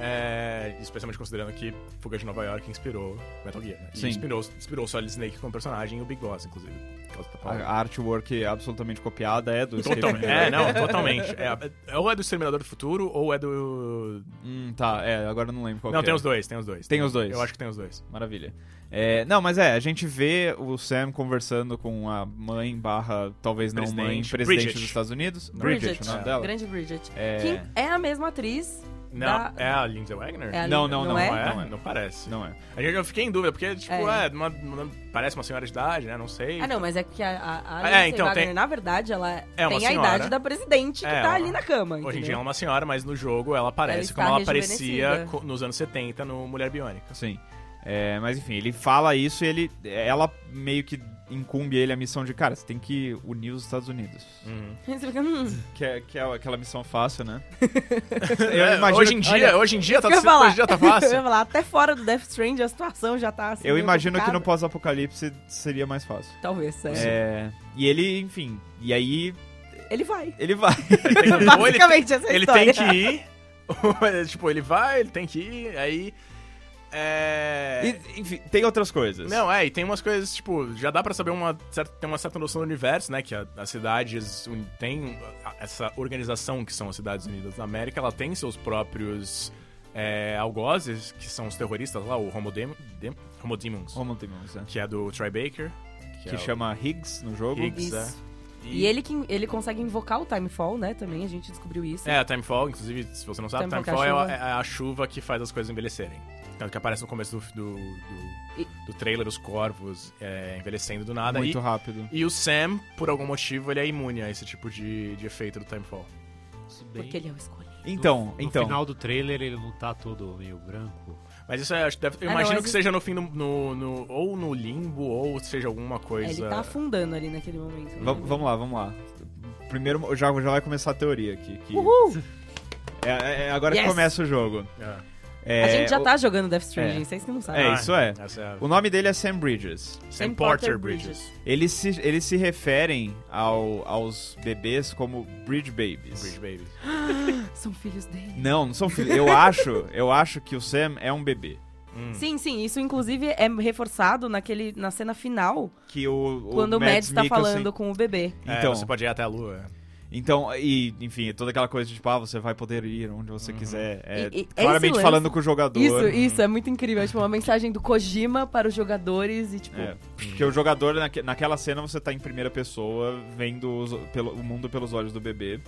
S2: É, especialmente considerando que Fuga de Nova York inspirou Metal Gear, né? E
S1: Sim.
S2: Inspirou, inspirou Solid Snake como personagem e o Big Boss, inclusive. por causa da
S1: A
S2: palavra.
S1: a artwork absolutamente copiada é do Escape
S2: Totalmente.
S1: from
S2: É,
S1: New York.
S3: (laughs)
S2: não, totalmente. É, ou é do Exterminador do Futuro, ou é do.
S1: Hum, tá, é, agora eu não lembro qual
S2: Não,
S1: que
S2: tem
S1: é.
S2: os dois, tem os dois.
S1: Tem os dois.
S2: Eu acho que tem os dois.
S1: Maravilha. É, não, mas é, a gente vê o Sam conversando com a mãe barra, talvez não mãe,
S2: Presidente.
S1: presidente
S2: Bridget.
S1: dos Estados Unidos.
S3: Bridget.
S1: o nome
S2: É.
S1: dela.
S3: Grande Bridget.
S1: É.
S3: Que é a mesma atriz.
S2: Não,
S3: Da-
S2: é a Lindsay Wagner?
S3: É a
S1: Não,
S3: Lin-
S1: não, não,
S2: Não,
S3: é?
S2: é?
S1: não é.
S2: Não parece.
S1: Não é.
S2: A gente, eu fiquei em dúvida, porque, tipo,
S3: É.
S2: é, uma- uma- parece uma senhora de idade, né? Não sei.
S3: Ah, não, mas é que a, a, a
S2: É,
S3: Lindsay
S2: então,
S3: Wagner,
S2: tem-
S3: na verdade, ela
S2: É uma
S3: tem a
S2: senhora.
S3: idade da presidente que
S2: É,
S3: tá
S2: ela-
S3: ali na cama.
S2: Hoje em
S3: entendeu?
S2: dia ela é uma senhora, mas no jogo ela aparece
S3: está
S2: como ela aparecia
S3: rejuvenescida.
S2: co- nos anos 70 no Mulher Biônica.
S1: Sim. É, mas enfim, ele fala isso e ele, ela meio que incumbe ele a missão de, cara, você tem que unir os Estados Unidos.
S2: Uhum.
S3: (laughs) Você fica, hum,
S1: Que é, que é aquela missão fácil, né? Eu
S2: É,
S1: imagino-
S2: hoje em dia,
S1: olha,
S2: hoje em dia tá,
S3: eu ia falar. (laughs)
S2: hoje em dia tá
S3: Eu ia
S2: fácil.
S3: falar, até fora do Death Stranding a situação já tá assim.
S1: Eu
S3: meio
S1: imagino que no
S3: complicada.
S1: pós-apocalipse seria mais fácil.
S3: Talvez, sério.
S1: É, e ele, enfim, e aí
S3: Ele vai.
S1: ele vai.
S3: (laughs)
S2: Ou ele,
S3: Basicamente essa é a
S2: ele
S3: história.
S2: tem que ir. (laughs) ou ele- tipo, ele vai, ele tem que ir, aí. É.
S1: E, enfim, tem outras coisas.
S2: Não, é, e tem umas coisas, tipo, já dá pra saber uma certa, tem uma certa noção do universo, né? Que a- as cidades un- têm a- essa organização que são as Cidades Unidas da América, ela tem seus próprios é, algozes, que são os terroristas lá, o Homo, Dem Dem Homo Demons,
S1: Homo Demons, né?
S2: que é do Troy Baker, que,
S1: Que
S2: é
S1: chama Higgs no jogo.
S2: Higgs.
S3: Isso.
S2: É. o...
S3: E ele, que- ele consegue invocar o Timefall, né? Também a gente descobriu isso.
S2: É, a Timefall, inclusive, se você não sabe,
S3: Timefall que é
S2: Timefall é
S3: a
S2: a,
S3: chuva.
S2: é a chuva que faz as coisas envelhecerem. Tanto que aparece no começo do, do, do,
S3: E-
S2: do trailer os corvos é, envelhecendo do nada.
S1: Muito
S2: e,
S1: rápido.
S2: e o Sam, por algum motivo, ele é imune a esse tipo de, de efeito do Timefall.
S4: Se bem
S3: Porque ele é o escolhido.
S1: Então,
S4: no
S1: então.
S4: final do trailer ele não tá todo meio branco.
S2: Mas isso é, acho que deve- eu
S3: Ah, não,
S2: imagino
S3: mas
S2: que
S3: isso-
S2: seja no fim, do- no, no- ou no limbo, ou seja alguma
S3: É,
S2: coisa...
S3: ele tá afundando ali naquele momento. né?
S1: Va- vamos lá, vamos lá. Primeiro, já, já vai começar a teoria aqui. que-
S3: Uhul!
S1: é, é agora que
S3: Yes!
S1: começa o jogo.
S2: É.
S1: É,
S3: a gente já
S1: o-
S3: tá jogando Death Stranding,
S1: é.
S3: vocês que não sabem.
S1: É, isso é.
S2: Essa é a-
S1: O nome dele é Sam Bridges.
S2: Sam Porter Bridges.
S1: Eles se, eles se referem ao- aos bebês como Bridge Babies.
S2: Bridge Baby.
S3: São filhos dele.
S1: Não, não são filhos.
S3: (laughs)
S1: Eu acho, eu acho que o Sam é um bebê.
S2: Hum.
S3: Sim, sim, isso inclusive é reforçado naquele, na cena final,
S1: Que o, assim, o
S3: quando o Mads tá
S1: Mikkelsen-
S3: falando com o bebê.
S2: É,
S1: Então,
S2: você pode ir até a lua.
S1: então, e, enfim, toda aquela coisa de tipo, ah, você vai poder ir onde você
S2: Uhum.
S1: quiser. É,
S3: E- e- esse
S1: claramente
S3: lance-
S1: falando com o jogador.
S3: Isso,
S2: Hum.
S3: isso, é muito incrível. É tipo uma mensagem do Kojima para os jogadores e tipo.
S1: É, porque o jogador, naque- naquela cena, você tá em primeira pessoa, vendo os- pelo- o mundo pelos olhos do bebê,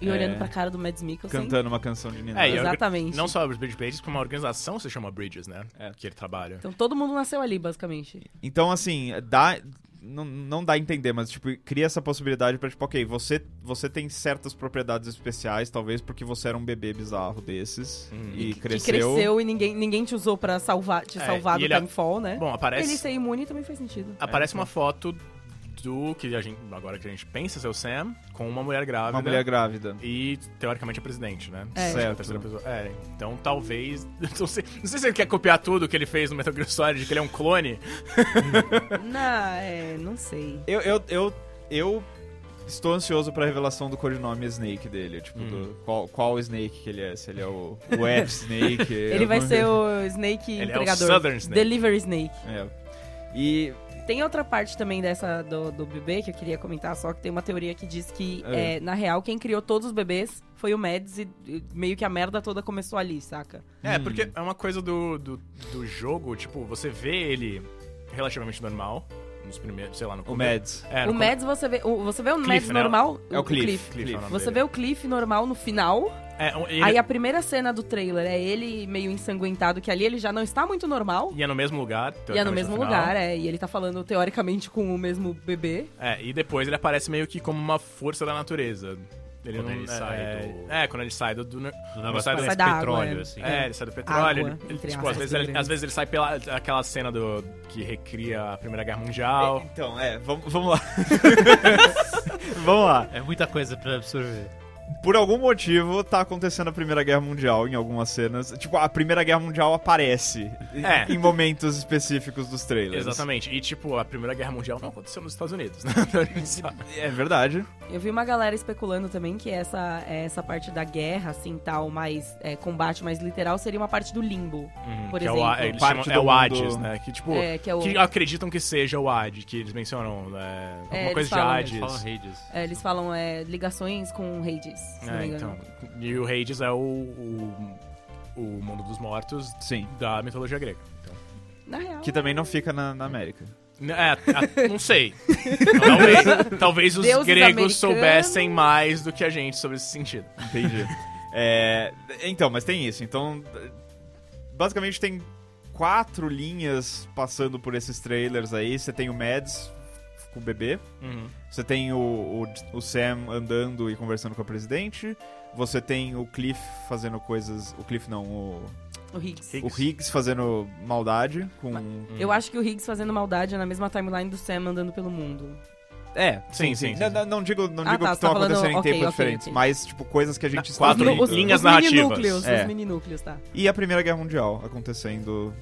S3: E olhando
S1: É.
S3: pra cara do Mads Mikkelsen.
S1: cantando uma canção de Nina.
S2: É, e eu-
S3: Exatamente.
S2: Não só os Bridge Pages, como uma organização se chama Bridges, né?
S1: É.
S2: Que ele trabalha.
S3: Então todo mundo nasceu ali, basicamente.
S1: Então, assim, dá. Não, não dá a entender, mas tipo, cria essa possibilidade pra, tipo, ok, você, você tem certas propriedades especiais, talvez porque você era um bebê bizarro desses
S2: Hum.
S1: e,
S3: Uhum. Que
S1: cresceu.
S3: cresceu e ninguém, ninguém te usou pra salvar, te
S2: É,
S3: salvar
S2: e
S3: do
S2: ele a-
S3: Timefall, né?
S2: Bom, aparece.
S3: Ele um ser imune também
S2: (laughs)
S3: faz sentido.
S2: Aparece uma foto do que a gente, agora que a gente pensa ser o Sam, com uma mulher grávida.
S1: Uma mulher grávida.
S2: E, teoricamente, é presidente, né?
S3: É.
S2: Acho que a
S1: Certo.
S2: terceira pessoa. É, então talvez. (laughs) Não sei, não sei se ele quer copiar tudo que ele fez no Metal Gear Solid, que ele é um clone.
S3: não, é, não sei.
S1: Eu, eu, eu, eu estou ansioso pra revelação do codinome Snake dele. Tipo,
S3: Uhum.
S1: do, qual, qual Snake que ele é? Se ele é o, o F Snake.
S3: (laughs) Ele vai ser o Snake
S2: Ele é o
S3: entregador.
S2: Southern Snake.
S3: Delivery Snake.
S1: É. E.
S3: Tem outra parte também dessa do, do bebê que eu queria comentar, só que tem uma teoria que diz que,
S1: É.
S3: é, na real, quem criou todos os bebês foi o Mads e e meio que a merda toda começou ali, saca?
S2: É,
S4: Hum.
S2: porque é uma coisa do, do, do jogo, tipo, você vê ele relativamente normal, nos primeiros, sei lá, no
S1: O
S2: começo.
S1: Mads.
S2: É, no
S3: o Mads, você vê o, você vê o
S2: Cliff,
S3: Mads
S2: né?
S3: normal?
S1: É o Cliff. Cliff.
S2: Cliff, é o nome
S3: Você
S2: dele.
S3: vê o Cliff normal no final,
S2: É, um- ele-
S3: aí a primeira cena do trailer é ele meio ensanguentado, que ali ele já não está muito normal.
S2: E é no mesmo lugar.
S3: E é no
S2: teoricamente,
S3: mesmo
S2: final.
S3: lugar, é. E ele tá falando, teoricamente, com o mesmo bebê.
S2: É, e depois ele aparece meio que como uma força da natureza. Ele
S4: Quando
S2: não,
S4: ele
S2: é,
S4: sai
S2: é,
S4: do-
S2: É, quando ele sai do. do ne-
S4: No
S2: negócio
S4: negócio
S2: parece
S4: parece
S3: da água,
S4: petróleo,
S3: né?
S4: assim.
S2: É, ele sai do petróleo.
S3: Água,
S2: ele- ele,
S3: entre
S2: tipo,
S3: aspas, né?
S2: às vezes, ele,
S3: grandes.
S2: às vezes ele sai pela aquela cena do que recria a Primeira Guerra Mundial.
S1: Então, é, vamos vamos lá. vamos lá.
S4: É muita coisa pra absorver.
S1: Por algum motivo, tá acontecendo a Primeira Guerra Mundial em algumas cenas. Tipo, a Primeira Guerra Mundial aparece em-
S2: É.
S1: (laughs) em momentos específicos dos trailers.
S2: Exatamente. E, tipo, a Primeira Guerra Mundial não aconteceu nos Estados Unidos, (laughs) né?
S1: É verdade.
S3: Eu vi uma galera especulando também que essa, essa parte da guerra, assim, tal, mais é, combate mais literal, seria uma parte do limbo, por
S2: que é
S3: exemplo.
S2: o, A- eles
S1: Parte
S2: chamam-
S1: do
S2: é o
S1: mundo-
S2: Hades, né? Que, tipo,
S3: É, que é o-
S2: que acreditam que seja o Hades, que eles mencionam, né? Alguma
S3: É, eles
S2: coisa
S3: falam,
S2: de
S4: Eles falam assim.
S2: Hades.
S4: redes.
S3: É, eles falam é, ligações com Hades, se não
S2: É,
S3: me
S2: então.
S3: engano.
S2: E o Hades é o, o, o mundo dos mortos
S1: Sim.
S2: da mitologia grega. Então,
S3: Na real.
S1: Que também não fica na, na América.
S2: N- É, a- não
S3: (laughs)
S2: sei. Talvez, talvez os
S3: Deuses
S2: gregos
S3: americanos.
S2: soubessem mais do que a gente sobre esse sentido. (laughs)
S1: Entendi. É, então, mas tem isso. Então, basicamente tem quatro linhas passando por esses trailers aí. Você tem o Mads com Uhum. o bebê. Você tem o, o, o Sam andando e conversando com a presidente. Você tem o Cliff fazendo coisas. O Cliff não, o,
S3: O Higgs.
S1: o Higgs fazendo maldade com.
S3: Eu acho que o Higgs fazendo maldade é na mesma timeline do Sam andando pelo mundo.
S1: É,
S2: Sim, sim, sim.
S1: Não, não- não digo, não
S3: Ah,
S1: digo que
S3: tá, você tá
S1: estão
S3: falando-
S1: acontecendo em
S3: ok,
S1: tempos
S3: ok,
S1: diferentes,
S3: ok.
S1: mas, tipo, coisas que a gente está
S2: quatro
S1: vendo.
S3: os,
S2: linhas
S3: os mini
S2: narrativas.
S3: núcleos,
S1: É.
S3: os mini núcleos, tá.
S1: E a Primeira Guerra Mundial acontecendo,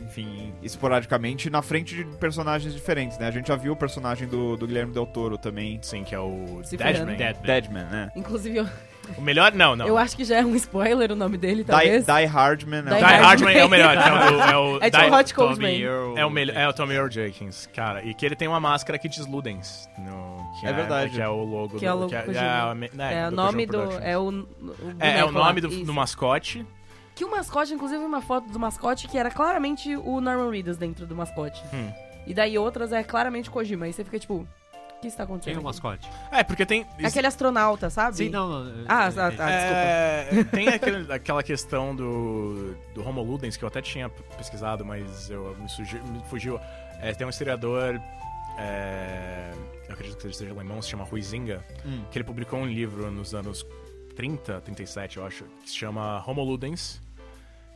S1: enfim, esporadicamente, na frente de personagens diferentes, né? A gente já viu o personagem do, do Guilherme Del Toro também.
S2: Sim, que é o
S3: Se
S2: Deadman.
S3: fudendo.
S4: Deadman.
S1: Deadman, né?
S3: Inclusive, eu,
S2: O melhor? Não, não.
S3: eu acho que já é um spoiler o nome dele,
S1: Die,
S3: talvez.
S1: Die Hardman. é
S3: Então, Die
S1: o-
S2: Die
S3: Hardman.
S2: Hardman é o melhor. que É o, é o,
S3: É tipo
S2: Die-
S3: Hot Cold
S4: Tommy
S3: Man.
S4: Earl-
S2: É o, melhor, é o Tommy Earl Jenkins, cara. E que ele tem uma máscara que diz Ludens. No, que
S1: É verdade.
S2: Que é o logo
S3: Que é o logo
S2: do- que
S3: Kojima.
S2: a- me- né,
S3: É o
S2: do
S3: nome
S2: Kojima
S3: do.
S2: Productions.
S3: É o, o
S2: É, é
S3: boneco
S2: o nome
S3: lá,
S2: do,
S3: isso.
S2: do mascote.
S3: Que o mascote, inclusive, uma foto do mascote que era claramente o Norman Reedus dentro do mascote.
S2: Hum.
S3: E daí outras é claramente Kojima. Aí você fica tipo, o que está
S4: Quem é
S3: acontecendo?
S4: o mascote?
S2: É, porque tem.
S3: É Aquele astronauta, sabe?
S4: Sim, não. não,
S3: Ah,
S4: é-
S3: tá, tá, desculpa.
S2: É, tem aquele- aquela questão do, do Homo Ludens, que eu até tinha p- pesquisado, mas eu, me, sugi- me fugiu. É, tem um historiador, é, eu acredito que ele seja alemão, se chama Huizinga,
S1: Hum.
S2: que ele publicou um livro nos anos 30, 37, eu acho, que se chama Homo Ludens,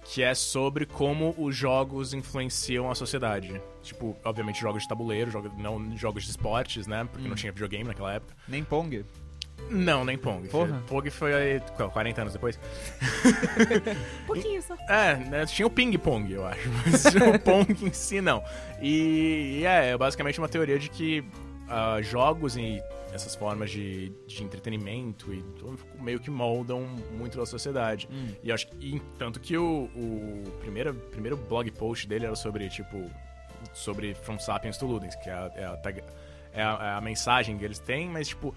S2: que é sobre como os jogos influenciam a sociedade. Tipo, obviamente jogos de tabuleiro, jogos, não jogos de esportes, né? Porque não tinha videogame naquela época.
S1: Nem Pong.
S2: Não, nem Pong.
S1: Porra.
S2: Pong foi aí, qual, 40 anos depois.
S3: Um pouquinho só.
S2: É, né, tinha o ping-pong, eu acho, (laughs) mas o pong em si não. E, e é, é basicamente uma teoria de que ah, jogos e essas formas de, de entretenimento e tudo meio que moldam muito a sociedade. E eu acho que, e tanto que o, o primeiro, primeiro blog post dele era sobre, tipo, sobre From Sapiens to Ludens, que é a, é a tag- é a- é a mensagem que eles têm, mas, tipo,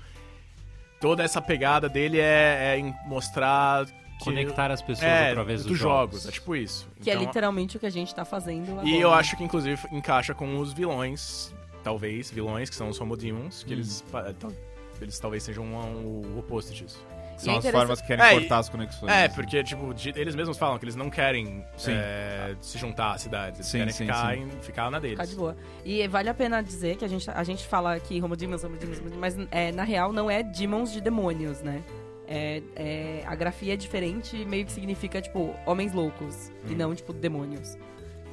S2: toda essa pegada dele é, é em mostrar... que-
S4: Conectar as pessoas
S2: é,
S4: através
S2: dos,
S4: dos
S2: jogos. É tipo isso.
S3: Que é
S2: Então,
S3: literalmente o que a gente tá fazendo agora.
S2: E eu acho que, inclusive, encaixa com os vilões, talvez, vilões, que são os Homodemons, que eles, pa- tal- eles talvez sejam um- o oposto disso.
S1: São as
S3: interessante-
S1: formas que querem
S2: É, e-
S1: cortar as conexões.
S2: É,
S1: né?
S2: porque, tipo, de- eles mesmos falam que eles não querem
S1: Sim.
S2: é, se juntar à cidade, eles
S1: Sim,
S2: querem
S1: sim,
S2: ficar,
S1: sim.
S2: em- ficar na deles.
S3: Ficar de boa. E vale a pena dizer que a gente, a gente fala aqui Homo Demons, Homo Demons, Homo Demons, mas é, na real não é Demons de demônios, né? É, é- a grafia é diferente e meio que significa, tipo, homens loucos e
S2: Hum.
S3: não, tipo, demônios.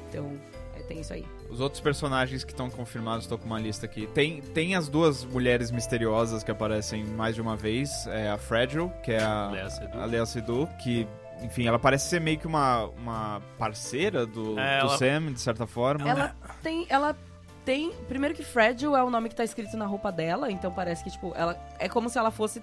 S3: Então, é, tem isso aí.
S1: Os outros personagens que estão confirmados, tô com uma lista aqui. Tem, tem as duas mulheres misteriosas que aparecem mais de uma vez. É a Fragile, que é a
S4: Lea Seydoux.
S2: né?
S1: a Lea Seydoux, que, enfim, ela parece ser meio que uma, uma parceira do,
S2: É,
S1: do
S2: ela-
S1: Sam, de certa forma.
S3: Ela
S2: é.
S3: tem. Ela tem. Primeiro que Fragile é o nome que tá escrito na roupa dela, então parece que, tipo, ela. É como se ela fosse.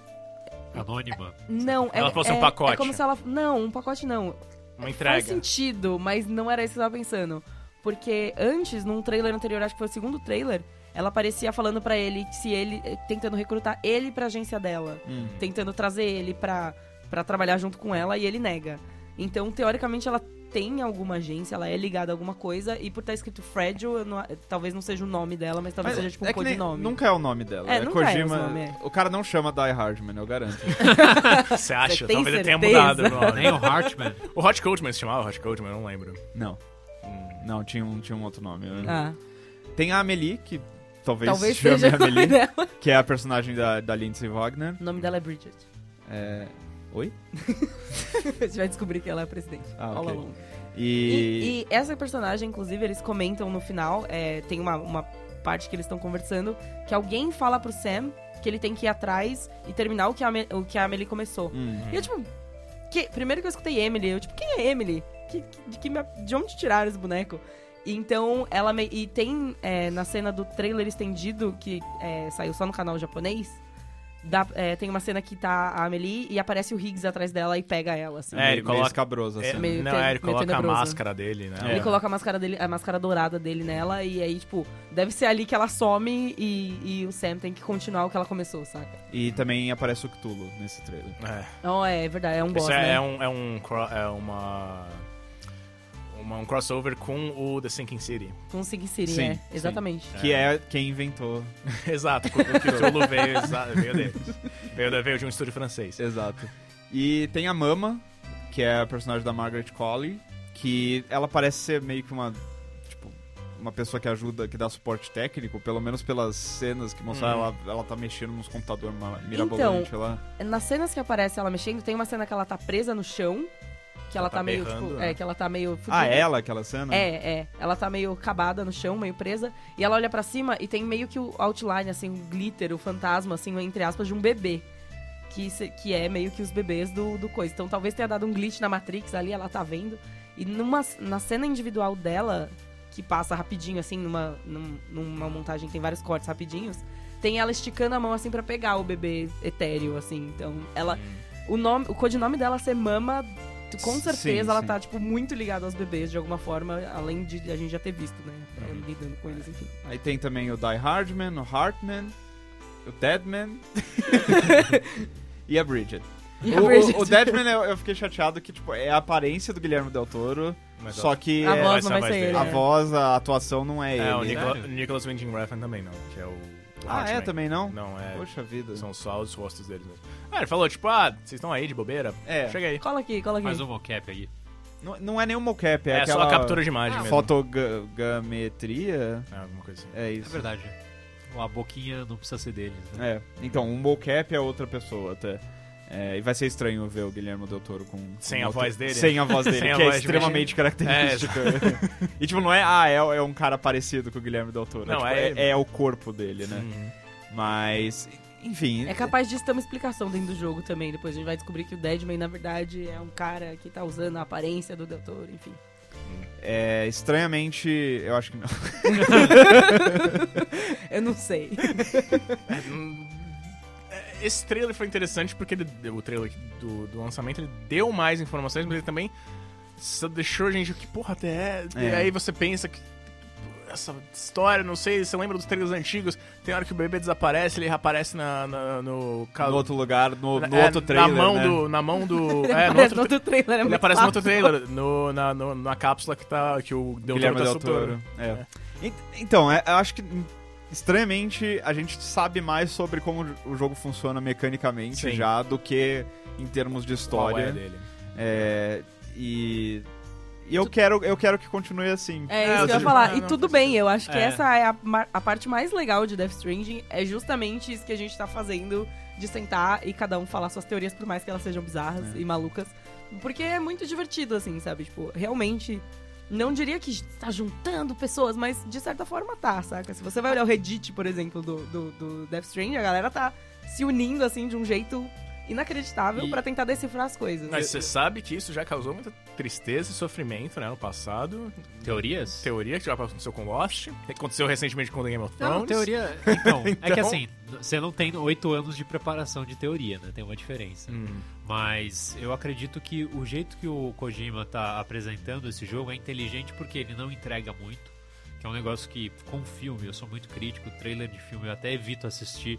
S4: Anônima.
S3: Não, é.
S2: Ela fosse um
S3: é-
S2: pacote.
S3: É como se ela. Não, um pacote não.
S2: Uma
S3: Faz
S2: entrega.
S3: sentido, mas não era isso que eu tava pensando. Porque antes, num trailer anterior, acho que foi o segundo trailer, ela aparecia falando pra ele que se ele. eh, tentando recrutar ele pra agência dela.
S1: Hum.
S3: Tentando trazer ele pra, pra trabalhar junto com ela e ele nega. Então, teoricamente, ela tem alguma agência, ela é ligada a alguma coisa, e por estar escrito Fragile, eu não- eh, talvez não seja o nome dela, mas talvez
S1: Mas
S3: seja tipo um
S1: é que nem-
S3: codinome.
S1: Nunca é o nome dela.
S3: É, nunca é os nome, é.
S1: O cara não chama Die Hardman, eu
S3: (laughs)
S1: garanto.
S2: Você acha?
S3: tem
S2: talvez ele tenha
S3: certeza?
S2: mudado o
S4: Nem
S2: nome.
S4: o Hartman.
S2: o Hot Coachman se chamava Hot Coachman, eu não lembro.
S1: não.
S2: Hum.
S1: Não, tinha um, tinha um outro nome. eu-
S3: Ah,
S1: Tem a Amelie, que talvez,
S3: talvez
S1: chame
S3: seja o nome
S1: Amelie,
S3: (laughs) dela.
S1: que é a personagem da, da Lindsay Wagner.
S3: O nome dela é Bridget. (laughs)
S1: É... Oi?
S3: A gente vai descobrir que ela é a presidente.
S1: Ah,
S3: All
S1: ok.
S3: along.
S1: E...
S3: E, e essa personagem, inclusive, eles comentam no final, é, tem uma, uma parte que eles estão conversando, que alguém fala pro Sam que ele tem que ir atrás e terminar o que a, Ame- o que a Emily começou.
S1: Hum.
S3: E eu, tipo, que- primeiro que eu escutei Emily, eu, tipo, quem é Emily? Que- que- de, que me- de onde tiraram esse boneco? E Então, ela me- E tem é, na cena do trailer estendido, que é, saiu só no canal japonês, dá- é, tem uma cena que tá a Amelie e aparece o Higgs atrás dela e pega ela, assim.
S2: É, ele
S1: meio
S2: coloca-
S1: escabroso,
S2: É,
S1: assim.
S3: Meio
S2: não,
S3: te-
S2: é,
S3: meio
S2: ele coloca a
S3: tenebroso.
S2: máscara dele, né?
S1: É.
S3: Ele coloca a máscara dele, a máscara dourada dele nela, e aí, tipo, deve ser ali que ela some e, e o Sam tem que continuar o que ela começou, saca?
S1: E também aparece o Cthulhu nesse trailer.
S2: É.
S3: Não, é, é verdade, é um boss,
S2: Isso é,
S3: né?
S2: é um, é um cro- é uma, uma- um crossover com o The Sinking City. (laughs)
S3: Um Sig City,
S1: Sim,
S3: é.
S1: sim.
S3: Exatamente.
S1: Que é quem inventou.
S2: Exato, quando o
S3: (laughs)
S2: Cthulhu veio, exa- veio deles. Veio, da- veio de um estúdio francês.
S1: Exato. E tem a Mama, que é a personagem da Margaret Colley, que ela parece ser meio que uma. Tipo, uma pessoa que ajuda, que dá suporte técnico, pelo menos pelas cenas que mostraram,
S2: Uhum.
S1: ela, ela tá mexendo nos computadores ma- mirabolante lá.
S3: Nas cenas que aparece ela mexendo, tem uma cena que ela tá presa no chão, que ela,
S2: Ela
S3: tá,
S2: tá
S3: meio,
S2: berrando,
S3: tipo,
S2: né?
S3: é, que ela tá meio fudida.
S1: Ah, ela, aquela cena?
S3: É, é. Ela tá meio acabada no chão, meio presa. E ela olha pra cima e tem meio que o outline, assim, o glitter, o fantasma, assim, entre aspas, de um bebê. Que, se- que é meio que os bebês do, do coisa. Então talvez tenha dado um glitch na Matrix ali, ela tá vendo. E numa, na cena individual dela, que passa rapidinho, assim, numa, num- numa montagem que tem vários cortes rapidinhos, tem ela esticando a mão, assim, pra pegar o bebê etéreo, assim. Então, ela. O, nome, o codinome dela ser Mama, tu- com
S1: Sim,
S3: certeza ela
S1: sim.
S3: tá, tipo, muito ligada aos bebês de alguma forma, além de a gente já ter visto, né? Lidando com eles, enfim.
S1: Aí tem também o Die Hardman, o Hartman, o
S3: (laughs)
S1: Deadman e a Bridget.
S3: E a
S1: o, o-
S3: Bridget.
S1: o Deadman eu, eu fiquei chateado que tipo, é a aparência do Guilherme Del Toro,
S2: Mas
S1: só
S2: ela-
S1: que
S3: A
S1: é,
S3: voz
S2: essa
S3: não
S2: voz
S3: vai ser
S2: dele.
S3: ele.
S1: a
S3: né?
S1: voz, a atuação não é,
S2: É, o
S1: ele.
S4: Nicolas-
S2: Nicola,
S4: Sério?
S2: Nicholas Winding Refn também não, que é o. o
S1: Ah, é?
S2: Watchmen.
S1: Também não?
S2: Não, é.
S1: Poxa vida.
S2: São só os rostos deles mesmo. Ah, ele falou, tipo, ah, vocês estão aí de bobeira?
S1: É.
S2: Chega aí.
S3: Cola aqui, cola aqui.
S4: Faz um mocap aí.
S1: Não, não é nenhum mocap, é,
S2: É, só
S1: aquela
S2: a captura de imagem mesmo.
S1: fotogametria.
S2: É, alguma coisa assim.
S1: É
S4: É
S1: isso.
S4: verdade. A boquinha não precisa ser deles, né?
S1: É, então, um mocap é outra pessoa até. É, e vai ser estranho ver o Guilherme Del Toro com.
S2: Sem
S1: com
S2: a
S1: outro-
S2: voz dele,
S1: Sem a voz dele,
S2: (laughs) Sem a
S1: que é
S2: voz de É,
S1: extremamente característica. (laughs) e tipo, não é, ah, é, é um cara parecido com o Guilherme Del Toro.
S2: Não,
S1: tipo,
S2: é- Uhum.
S1: é, o corpo dele, né? Mas, enfim.
S3: É capaz disso ter uma explicação dentro do jogo também. Depois a gente vai descobrir que o Deadman, na verdade, é um cara que tá usando a aparência do doutor, enfim.
S1: é, estranhamente, eu acho que não.
S3: Eu não sei.
S2: Hum, é, Esse trailer foi interessante porque ele, deu- o trailer do, do lançamento ele deu mais informações, mas ele também só deixou a gente o que porra até é.
S1: É.
S2: Aí você pensa que essa história, não sei, você lembra dos trailers antigos? Tem hora que o bebê desaparece, ele reaparece na, na- no ca-
S1: No outro lugar, no, no
S2: é,
S1: outro trailer.
S2: Na mão
S1: né?
S2: do. Na
S1: (laughs)
S2: mão do.
S3: Ele
S2: é,
S3: (laughs)
S2: no
S3: aparece
S2: outro
S3: no outro trailer, é
S2: Ele
S3: muito
S2: aparece no
S3: fácil.
S2: outro trailer, no, na, no- na cápsula que, tá, que o Del Toro
S1: Guilherme
S2: tá
S1: Del Toro.
S2: soltando.
S1: É. Ent- Então, é- eu acho que hum, estranhamente a gente sabe mais sobre como o jogo funciona mecanicamente
S2: Sim.
S1: já do que em termos de
S2: Qual é
S1: história.
S2: dele?
S1: É, e e eu, quero, eu quero que continue assim.
S2: É,
S3: É, isso que eu ia
S2: não,
S3: falar.
S2: não,
S3: E
S2: não,
S3: tudo
S2: não.
S3: bem, eu acho que
S4: É.
S3: essa é a, mar- a parte mais legal de Death Stranding, é justamente isso que a gente tá fazendo, de sentar e cada um falar suas teorias, por mais que elas sejam bizarras e malucas. Porque é muito divertido, assim, sabe? Tipo, realmente, não diria que tá juntando pessoas, mas de certa forma tá, saca? Se você vai olhar o Reddit, por exemplo, do, do, do Death Stranding, a galera tá se unindo, assim, de um jeito inacreditável
S4: E-
S3: pra tentar decifrar as coisas.
S2: Mas você sabe que isso já causou muita tristeza e sofrimento, né? No passado.
S4: Teorias?
S2: Teoria que já aconteceu com Lost. que Aconteceu recentemente com The Game of Thrones.
S4: Não, teoria. Então, é que
S2: (laughs) Então-
S4: assim, você não tem oito anos de preparação de teoria, né? Tem uma diferença.
S2: Hum,
S4: Mas eu acredito que o jeito que o Kojima tá apresentando esse jogo é inteligente porque ele não entrega muito. Que é um negócio que, com filme, eu sou muito crítico, trailer de filme, eu até evito assistir.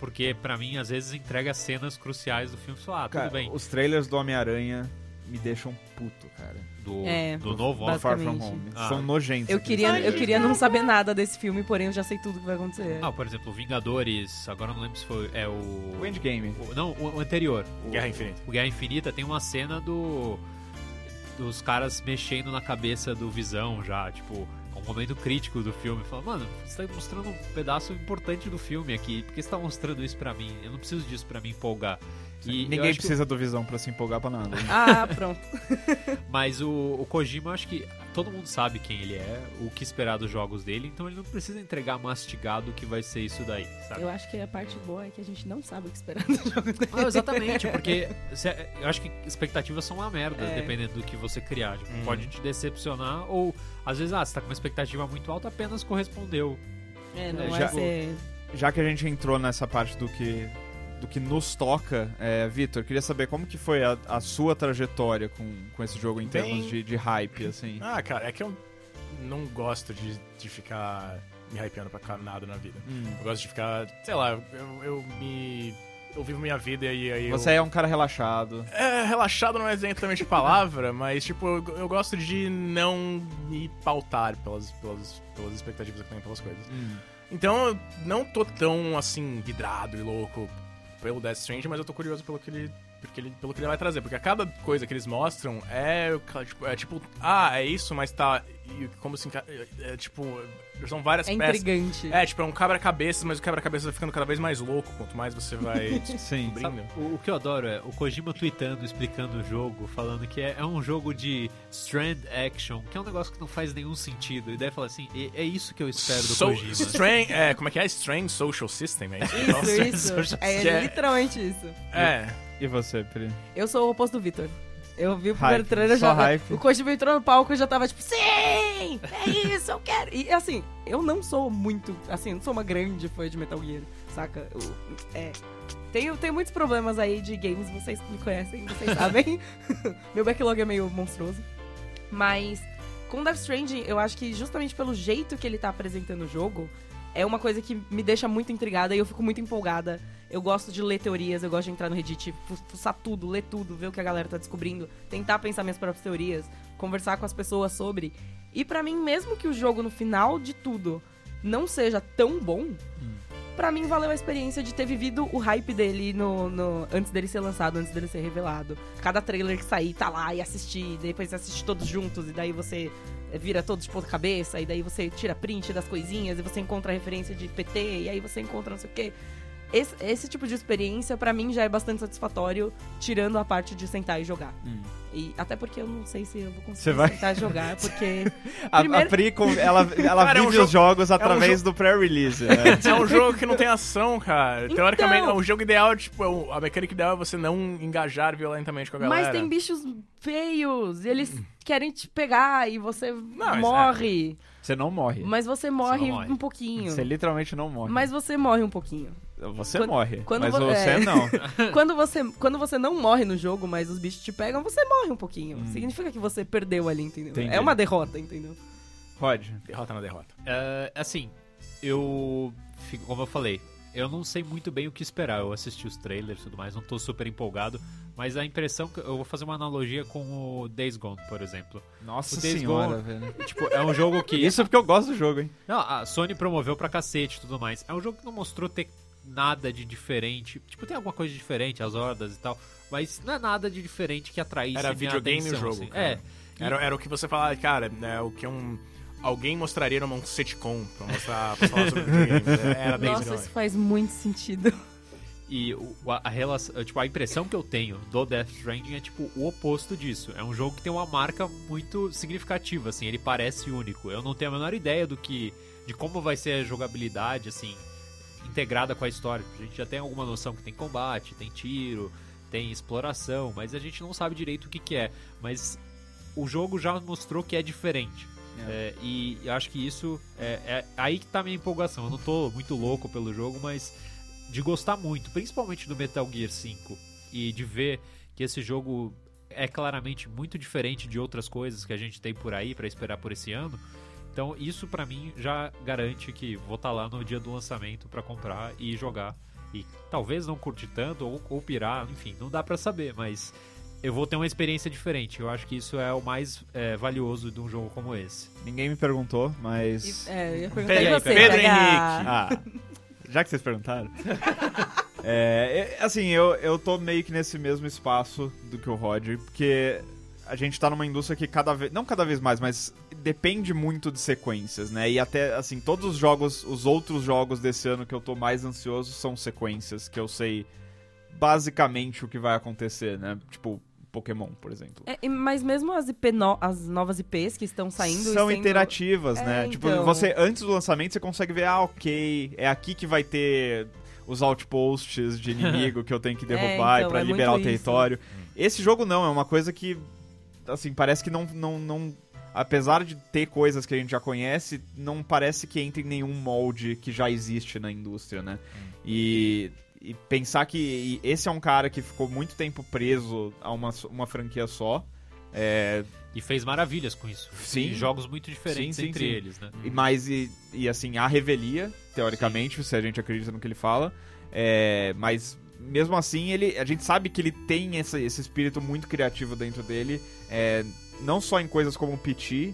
S4: Porque, pra mim, às vezes entrega cenas cruciais do filme. Só, ah, tudo
S1: Cara,
S4: bem.
S1: os trailers do Homem-Aranha me deixam puto, cara.
S4: Do,
S3: É.
S4: do novo
S1: Do Far From
S3: Basicamente.
S1: Home.
S4: Ah.
S1: São nojentos.
S3: Eu
S1: aqueles
S3: queria, eu
S1: trailers.
S3: queria não saber nada desse filme, porém eu já sei tudo que vai acontecer.
S4: Ah, por exemplo, Vingadores, agora eu não lembro se foi. É o.
S1: O Endgame.
S4: o- não, o o anterior. O-
S2: Guerra Infinita.
S4: O Guerra Infinita tem uma cena do. dos caras mexendo na cabeça do Visão já, tipo, é um momento crítico do filme. Fala, mano, você tá mostrando um pedaço importante do filme aqui, por que você tá mostrando isso pra mim? Eu não preciso disso pra me empolgar. E eu
S1: Ninguém
S4: acho que-
S1: precisa do Visão pra se empolgar pra nada.
S3: Ah, pronto.
S4: Mas o, o Kojima, eu acho que todo mundo sabe quem ele é, o que esperar dos jogos dele, então ele não precisa entregar mastigado que vai ser isso daí, sabe?
S3: Eu acho que a parte boa é que a gente não sabe o que esperar do jogo dele.
S4: Não, exatamente, porque cê- eu acho que expectativas são uma merda,
S3: É.
S4: dependendo do que você criar. Tipo,
S2: Uhum.
S4: Pode te decepcionar, ou às vezes, ah, você tá com uma expectativa muito alta, apenas correspondeu.
S3: É,
S4: não
S3: não
S1: vai
S3: vai
S1: Já-
S3: ser.
S1: já que a gente entrou nessa parte do que do que nos toca, é, Vitor, queria saber como que foi a, a sua trajetória com, com esse jogo em
S2: Bem-
S1: termos de, de hype, assim.
S2: Ah, cara, é que eu não gosto de, de ficar me hypeando pra cá- nada na vida.
S1: Hum.
S2: Eu gosto de ficar. Sei lá, eu, eu me. Eu vivo minha vida e aí. eu...
S1: Você é um cara relaxado.
S2: É, relaxado não é exatamente a palavra, (laughs) mas, tipo, eu, eu gosto de não me pautar pelas, pelas, pelas expectativas que eu tenho pelas coisas. Então, eu não tô tão, assim, vidrado e louco pelo Death Strange, mas eu tô curioso pelo que ele porque ele, pelo que ele vai trazer. Porque a cada coisa que eles mostram é, o ca- tipo, é tipo, ah, é isso, mas tá. E como se enca... é, é, tipo. São várias
S3: É
S2: peças.
S3: intrigante.
S2: É, tipo, é um quebra-cabeças, mas o quebra-cabeça vai ficando cada vez mais louco quanto mais você vai
S1: Sim.
S2: descobrindo.
S4: O, o que eu adoro é o Kojima tweetando, explicando o jogo, falando que é, é um jogo de strand action, que é um negócio que não faz nenhum sentido. E daí fala assim, "E- é isso que eu espero do
S2: So,
S4: Kojima.
S2: strange, é, como é que é? Strange Social System, é isso?
S3: Isso, isso.
S2: É.
S3: É literalmente isso.
S2: É,
S1: E você, Pri?
S3: Eu sou o oposto do Vitor. Eu vi o primeiro
S1: Hype,
S3: trailer
S1: só
S3: já.
S1: hype.
S3: O Kojima entrou no palco e já tava tipo, sim! É isso, eu quero! E assim, eu não sou muito. Assim, eu não sou uma grande fã de Metal Gear, saca? Eu, é. Tenho, tenho muitos problemas aí de games, vocês me
S1: (laughs)
S3: conhecem, vocês sabem. (laughs) Meu backlog é meio monstruoso. Mas com Death Stranding, eu acho que justamente pelo jeito que ele tá apresentando o jogo, é uma coisa que me deixa muito intrigada e eu fico muito empolgada. Eu gosto de ler teorias, eu gosto de entrar no Reddit, fu- fuçar tudo, ler tudo, ver o que a galera tá descobrindo, tentar pensar minhas próprias teorias, conversar com as pessoas sobre. E pra mim, mesmo que o jogo no final de tudo não seja tão bom, pra mim valeu a experiência de ter vivido o hype dele no, no- antes dele ser lançado, antes dele ser revelado. Cada trailer que sair, tá lá e assistir, e depois assiste todos juntos, e daí você eh, vira todos de ponta cabeça, e daí você tira print das coisinhas, e você encontra referência de PT, e aí você encontra não sei o quê. Esse, esse tipo de experiência, pra mim, já é bastante satisfatório, tirando a parte de sentar e jogar. E até porque eu não sei se eu vou
S1: Hum. Você
S3: conseguir
S1: vai-
S3: sentar e
S1: (laughs)
S3: jogar, porque
S1: A,
S3: Primeiro-
S1: a Pri, com- ela, ela
S2: (laughs) Cara, é um
S1: vive
S2: jogo-
S1: os jogos através do pré-release.
S2: (laughs)
S1: né?
S2: É um jogo que não tem ação, cara.
S3: Então.
S2: Teoricamente, o jogo ideal, tipo, é o- a mecânica ideal é você não engajar violentamente com a galera.
S3: Mas tem bichos feios, e eles querem te pegar e você
S2: mas
S3: morre.
S1: Você não morre.
S3: Mas você morre,
S4: morre.
S3: um pouquinho.
S1: Você literalmente não morre.
S3: Mas você morre um pouquinho.
S1: Você
S3: Quando-
S1: morre.
S3: quando
S1: mas
S3: vo-
S1: você
S3: é.
S1: não.
S3: (laughs) quando, você, quando você não morre no jogo, mas os bichos te pegam, você morre um pouquinho. Significa que você perdeu ali, entendeu?
S1: Entendi.
S3: É uma derrota, entendeu?
S1: Rod.
S2: Derrota na derrota.
S4: É, assim, eu. fico- Como eu falei, eu não sei muito bem o que esperar. Eu assisti os trailers e tudo mais, não tô super empolgado. Mas a impressão. que Eu vou fazer uma analogia com o Days Gone, por
S2: (laughs)
S4: exemplo.
S1: Nossa
S4: O
S2: é
S4: Days
S1: senhora,
S4: Gone-
S1: velho.
S4: Tipo, é um jogo que.
S1: Isso é porque eu gosto do jogo, hein?
S4: Não, a Sony promoveu pra cacete e tudo mais. É um jogo que não mostrou ter nada de diferente. Tipo, tem alguma coisa diferente, as hordas e tal. Mas não é nada de diferente que atraísse
S2: Era
S4: minha
S2: videogame
S4: atenção,
S2: o jogo,
S4: assim.
S2: cara.
S4: É.
S2: Era, era o que você falava, cara, né, o que um... Alguém mostraria numa um sitcom pra mostrar, pra falar
S3: (laughs)
S2: sobre videogames. É, Era Days
S3: Nossa,
S2: Gone.
S3: isso faz muito sentido.
S4: E o- a, a relação, tipo, a impressão que eu tenho do Death Stranding é tipo o oposto disso. É um jogo que tem uma marca muito significativa, assim, ele parece único. Eu não tenho a menor ideia do que de como vai ser a jogabilidade, assim, integrada com a história. A gente já tem alguma noção que tem combate, tem tiro, tem exploração, mas a gente não sabe direito o que que é. Mas o jogo já mostrou que é diferente. É, e eu acho que isso é, é aí que tá a minha empolgação. Eu não tô muito louco pelo jogo, mas de gostar muito, principalmente do Metal Gear 5 e de ver que esse jogo é claramente muito diferente de outras coisas que a gente tem por aí pra esperar por esse ano. Então, isso pra mim já garante que vou estar lá no dia do lançamento pra comprar e jogar e talvez não curtir tanto ou, ou pirar, enfim, não dá pra saber, mas eu vou ter uma experiência diferente. Eu acho que isso é o mais eh, valioso de um jogo como esse.
S1: Ninguém me perguntou,
S3: E,
S1: mas.
S3: é, eu ia perguntar
S2: Pedro-
S3: e você,
S2: Pedro
S3: PH?
S2: Henrique.
S1: Ah, já que vocês perguntaram. (laughs) É, é, assim, eu, eu tô meio que nesse mesmo espaço do que o Rod, porque a gente tá numa indústria que cada vez. Não cada vez mais, mas depende muito de sequências, né? E até, assim, todos os jogos, os outros jogos desse ano que eu tô mais ansioso são sequências, que eu sei basicamente o que vai acontecer, né? Tipo, Pokémon, por exemplo.
S3: É, e- mas mesmo as, IP no- as novas IPs que estão saindo. e
S1: são
S3: sendo-
S1: interativas,
S3: É,
S1: né?
S3: então.
S1: Tipo, você antes do lançamento você consegue ver, ah, ok, é aqui que vai ter os outposts de inimigo que eu tenho que derrubar
S3: (laughs) É, então,
S1: pra
S3: é
S1: liberar o
S3: muito isso.
S1: território. Esse jogo não, é uma coisa que assim, parece que não não não apesar de ter coisas que a gente já conhece, não parece que entra em nenhum molde que já existe na indústria, né? E e pensar que esse é um cara que ficou muito tempo preso a uma, uma franquia só. É,
S4: E fez maravilhas com isso.
S1: Sim.
S4: E jogos muito diferentes
S1: Sim, sim,
S4: entre
S1: sim. (laughs)
S4: eles, né?
S1: E mais, e, e assim, há revelia, teoricamente, se a gente acredita no que ele fala. É, mas mesmo assim, ele, a gente sabe que ele tem essa- esse espírito muito criativo dentro dele. é, não só em coisas como o Piti,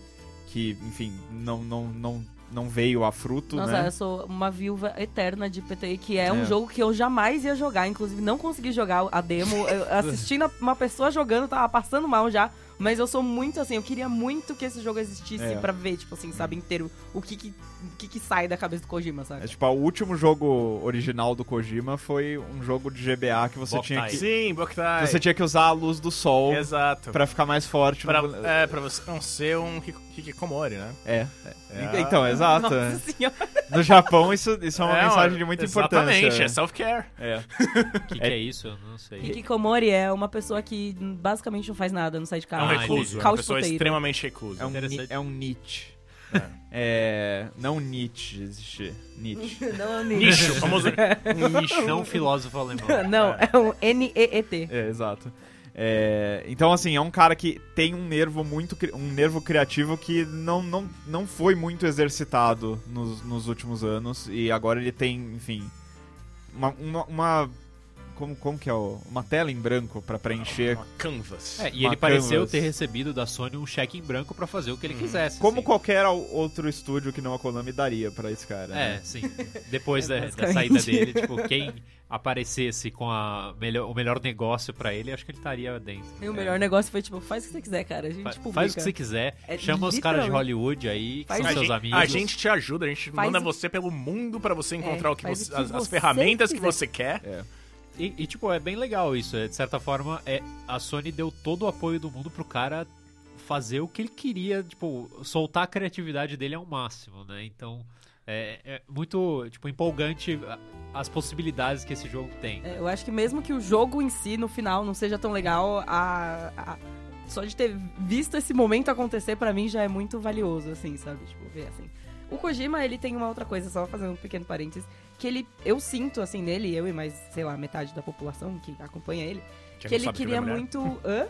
S1: que, enfim, não, não, não, não veio a fruto,
S3: Nossa,
S1: né?
S3: eu sou uma viúva eterna de PTI, que é, um
S1: É.
S3: jogo que eu jamais ia jogar. Inclusive, não consegui jogar a demo. Eu, assistindo a- uma pessoa jogando, tava passando mal já. Mas eu sou muito assim, eu queria muito que esse jogo existisse
S1: É.
S3: pra ver, tipo assim, sabe, inteiro o que que, o que que sai da cabeça do Kojima, sabe?
S1: É, tipo, o último jogo original do Kojima foi um jogo de GBA que você
S4: Boktai.
S1: tinha que,
S2: Sim, Boktai.
S1: você tinha que usar a luz do sol
S2: Exato.
S1: pra tipo, ficar mais forte.
S2: Pra,
S1: no-
S2: é, pra você não ser um Kik- Hikikomori, né?
S1: É.
S2: É.
S1: Então, exato.
S3: Nossa senhora.
S1: No Japão, isso, isso é uma mensagem de muita
S2: Exatamente,
S1: importância.
S2: é self-care.
S1: é.
S4: O que, que é isso? Eu não sei.
S3: Hikikomori é uma pessoa que basicamente não faz nada, não sai de
S2: É
S3: casa.
S2: um
S4: Ah,
S2: recluso,
S4: entendi.
S2: é uma
S3: Couch
S2: pessoa
S3: potato.
S2: extremamente reclusa.
S1: É um, ni-
S4: Interessante.
S1: é um Nietzsche. É, não Nietzsche existe. Nietzsche.
S2: (laughs)
S3: Não,
S2: Nicho, (laughs) famoso nicho.
S4: Não um filósofo alemão.
S3: (laughs) Não, é um N-E-E-T.
S1: (laughs) É, exato. É, então, assim, é um cara que tem um nervo muito. cri- um nervo criativo que não, não, não foi muito exercitado nos, nos últimos anos. E agora ele tem, enfim. Uma. uma- uma- como, como que é? o- Uma tela em branco pra preencher.
S2: Uma canvas.
S4: É, e
S1: Uma
S4: ele pareceu
S1: canvas.
S4: ter recebido da Sony um cheque em branco pra fazer o que ele quisesse.
S1: Como
S4: assim.
S1: qualquer al- outro estúdio que não é a Konami daria pra esse cara. né?
S4: É, sim.
S3: (laughs)
S4: Depois da, da
S3: basicamente.
S4: saída dele, tipo, quem aparecesse com a melhor, o melhor negócio pra ele, acho que ele estaria dentro.
S3: E o
S4: É.
S3: melhor negócio foi, tipo, faz o que você quiser, cara. A gente
S4: Fa-
S3: publica.
S4: Faz o que você quiser,
S3: É,
S4: chama os caras de
S3: literalmente.
S4: Hollywood aí, que
S3: Faz
S4: são
S2: a,
S4: seus
S2: gente,
S4: amigos.
S2: a gente te ajuda, a gente
S3: Faz
S2: manda
S3: o- É,
S2: você pelo mundo pra você encontrar o que
S3: faz
S2: você,
S3: o que
S2: as, as
S3: você
S2: ferramentas que
S3: quiser.
S2: você quer.
S4: E, e, tipo, é bem legal isso. é, De certa forma, é, a Sony deu todo o apoio do mundo pro cara fazer o que ele queria, tipo, soltar a criatividade dele ao máximo, né? Então, é, é muito, tipo, empolgante a- as possibilidades que esse jogo tem.
S3: É, Eu acho que mesmo que o jogo em si, no final, não seja tão legal, a- a- só de ter visto esse momento acontecer, pra mim, já é muito valioso, assim, sabe? Tipo, ver assim. O Kojima, ele tem uma outra coisa, só fazendo um pequeno parênteses, que ele, eu sinto, assim, nele, eu e mais, sei lá, metade da população que acompanha ele, que,
S2: não
S3: ele
S2: sabe
S3: queria
S2: escrever mulher.
S3: muito... Hã?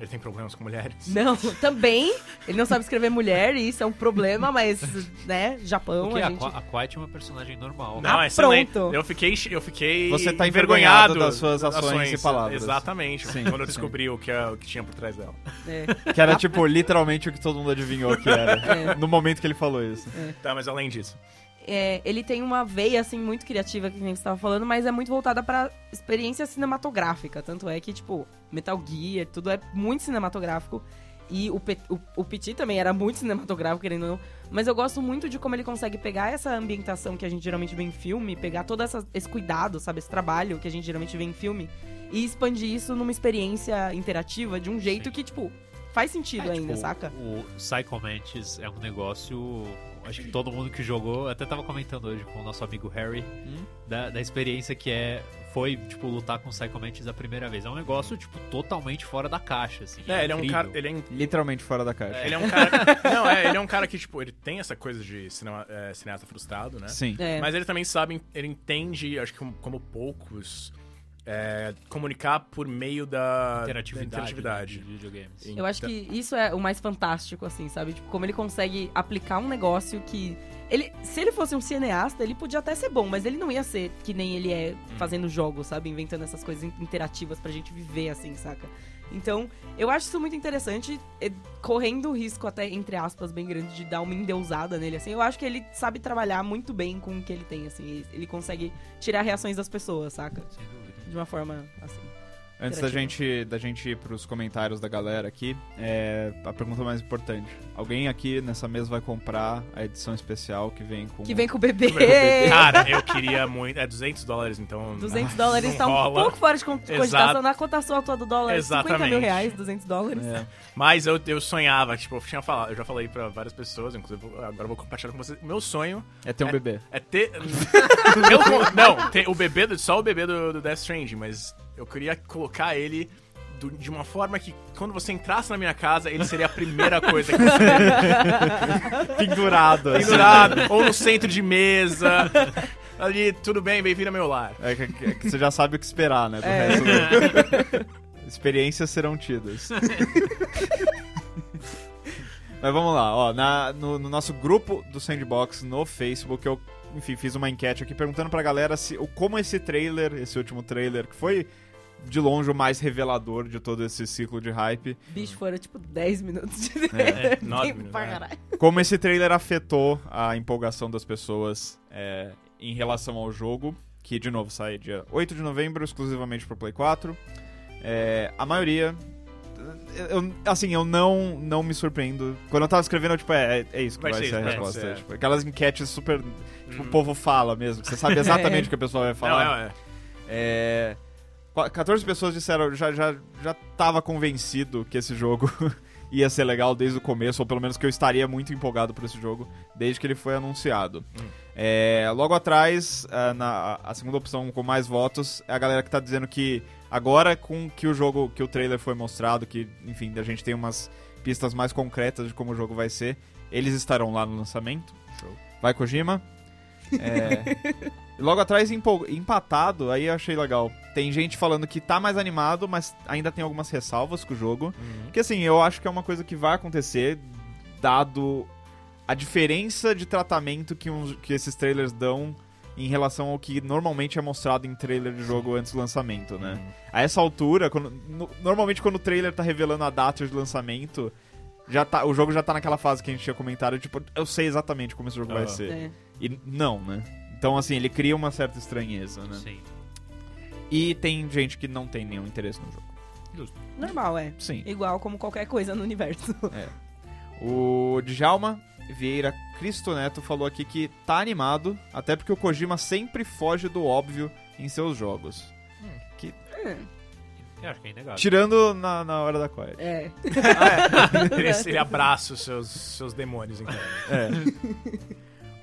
S2: Ele tem problemas com mulheres.
S3: Não, (laughs) também, ele não sabe escrever mulher, e isso é um problema, mas, né, Japão,
S4: Porque
S3: a
S4: a,
S3: gente...
S4: Qui- a Quiet é uma personagem normal.
S2: Não,
S3: Ah,
S2: é excelente.
S3: pronto.
S2: Eu fiquei, eu fiquei
S1: Você tá envergonhado das suas
S2: das
S1: ações e palavras.
S2: Exatamente.
S1: Sim,
S2: quando eu
S1: sim.
S2: descobri o, que, é- o que tinha por trás dela.
S3: é.
S1: Que era, tipo, literalmente o que todo mundo adivinhou que era. No momento que ele falou isso.
S2: Tá, mas além disso.
S3: é, ele tem uma veia assim muito criativa que nem você estava falando, mas é muito voltada pra experiência cinematográfica, tanto é que tipo Metal Gear, tudo é muito cinematográfico. E o, Pe- o, o Petit também era muito (laughs) cinematográfico, querendo ou não. Mas eu gosto muito de como ele consegue pegar essa ambientação que a gente geralmente vê em filme, pegar todo essa- esse cuidado, sabe? Esse trabalho que a gente geralmente vê em filme, e expandir isso numa experiência interativa de um jeito
S4: Sim.
S3: que, tipo, faz sentido
S4: É,
S3: ainda,
S4: tipo,
S3: saca?
S4: O Psycho Mantis é um negócio. Acho que todo mundo que jogou, até tava comentando hoje com o nosso amigo Harry,
S1: Hum.
S4: da, da experiência que é. Foi, tipo, lutar com o Psycho Mantis a primeira vez. É um negócio, tipo, totalmente fora da caixa, assim.
S2: É, ele é um
S4: incrível.
S2: cara. Ele é, in-
S1: Literalmente fora da caixa.
S2: ele é um (laughs) cara. não, é, ele é um cara que, tipo, ele tem essa coisa de cinema, é, cineasta frustrado, né?
S1: Sim.
S3: É.
S2: Mas ele também sabe, ele entende, acho que como, como poucos, é, comunicar por meio da
S4: Interatividade.
S2: da interatividade.
S4: né, de videogames.
S2: Sim.
S3: Eu acho
S2: Então-
S3: que isso é o mais fantástico, assim, sabe? Tipo, como ele consegue aplicar um negócio que. Ele, se ele fosse um cineasta, ele podia até ser bom, mas ele não ia ser que nem ele é fazendo jogos, sabe? Inventando essas coisas in- interativas pra gente viver, assim, saca? Então, eu acho isso muito interessante, eh, correndo o risco até, entre aspas, bem grande, de dar uma endeusada nele, assim. Eu acho que ele sabe trabalhar muito bem com o que ele tem, assim. Ele- Ele consegue tirar reações das pessoas, saca?
S4: Sem dúvida.
S3: De uma forma, assim.
S1: Antes da gente, da gente ir pros comentários da galera aqui, é, a pergunta mais importante. Alguém aqui nessa mesa vai comprar a edição especial que vem com...
S3: Que Uhum. (laughs) vem com o bebê!
S2: Então, (laughs) Cara, eu queria muito. É 200 dólares, então.
S3: 200
S2: ah, (laughs)
S3: dólares
S2: não
S3: tá um
S2: rola.
S3: pouco fora de con-
S2: Exato.
S3: cogitação. Na cotação atual do dólar, é 50 mil
S2: Exatamente.
S3: reais, 200 dólares.
S1: É.
S2: Mas eu, eu sonhava, tipo, eu, tinha falado, eu já falei pra várias pessoas, inclusive agora eu vou compartilhar com vocês. O meu sonho
S1: É ter um bebê.
S2: é ter. (laughs) Eu con- não, ter o bebê, do- só o bebê do, do Death Stranding, mas eu queria colocar ele do- de uma forma que quando você entrasse na minha casa, ele seria a primeira coisa
S3: (laughs)
S2: que você
S1: Pendurado. assim.
S2: pendurado, ou no centro de mesa. Ali, tudo bem, bem-vindo ao meu lar.
S1: É que, que- que você já sabe o que esperar, né? do
S3: É.
S1: resto do- (laughs) Experiências serão tidas. (laughs) Mas vamos lá, ó, na- no, no nosso grupo do Sandbox no Facebook, eu enfim, fiz uma enquete aqui perguntando pra galera se, o, como esse trailer, esse último trailer, que foi de longe o mais revelador de todo esse ciclo de hype.
S3: Bicho, fora tipo 10 minutos de (laughs)
S2: É,
S3: trailer.
S2: nove
S3: Tem
S2: minutos,
S3: pra
S2: é.
S3: caralho.
S1: Como esse trailer afetou a empolgação das pessoas é, em relação ao jogo, que de novo sai dia 8 de novembro, exclusivamente pro Play 4. É, a maioria. eu- assim, eu não, não me surpreendo. Quando eu tava escrevendo, eu, tipo, é, é- é isso que vai,
S2: Vai ser
S1: ser a
S2: isso, vai
S1: resposta.
S2: ser. Hum.
S1: Tipo, aquelas enquetes super. Tipo, o povo fala mesmo. que Você
S2: (laughs)
S1: sabe exatamente o que a pessoa vai falar.
S2: Não, é, é.
S1: É, qua- 14 pessoas disseram já já já tava convencido que esse jogo (laughs) ia ser legal desde o começo, ou pelo menos que eu estaria muito empolgado por esse jogo desde que ele foi anunciado. É, logo atrás, ah, na- a, a segunda opção com mais votos é a galera que tá dizendo que agora com que o jogo, que o trailer foi mostrado, que enfim, a gente tem umas pistas mais concretas de como o jogo vai ser, eles estarão lá no lançamento.
S2: Show.
S1: Vai Kojima. É, e logo atrás empol- empatado, aí eu achei legal. Tem gente falando que tá mais animado, mas ainda tem algumas ressalvas com o jogo. Porque assim, eu acho que é uma coisa que vai acontecer, dado a diferença de tratamento que, uns- que esses trailers dão em relação ao que normalmente é mostrado em trailer de jogo antes do lançamento, né? A essa altura, quando- no- normalmente quando o trailer tá revelando a data de lançamento, já tá, o jogo já tá naquela fase que a gente tinha comentado, tipo, eu sei exatamente como esse jogo vai
S2: Aham.
S1: ser.
S3: É.
S1: E não, né? Então, assim, ele cria uma certa estranheza, né?
S4: Sim.
S1: E tem gente que não tem nenhum interesse no jogo.
S3: Normal, é.
S1: Sim.
S3: Igual como qualquer coisa no universo.
S1: O Djalma Vieira Cristo Neto falou aqui que tá animado, até porque o Kojima sempre foge do óbvio em seus jogos.
S4: Eu acho que
S1: (laughs)
S4: é inegável.
S1: Tirando na, na hora da quiet.
S3: É.
S2: Ele, ele abraça os seus, seus demônios, então.
S1: É.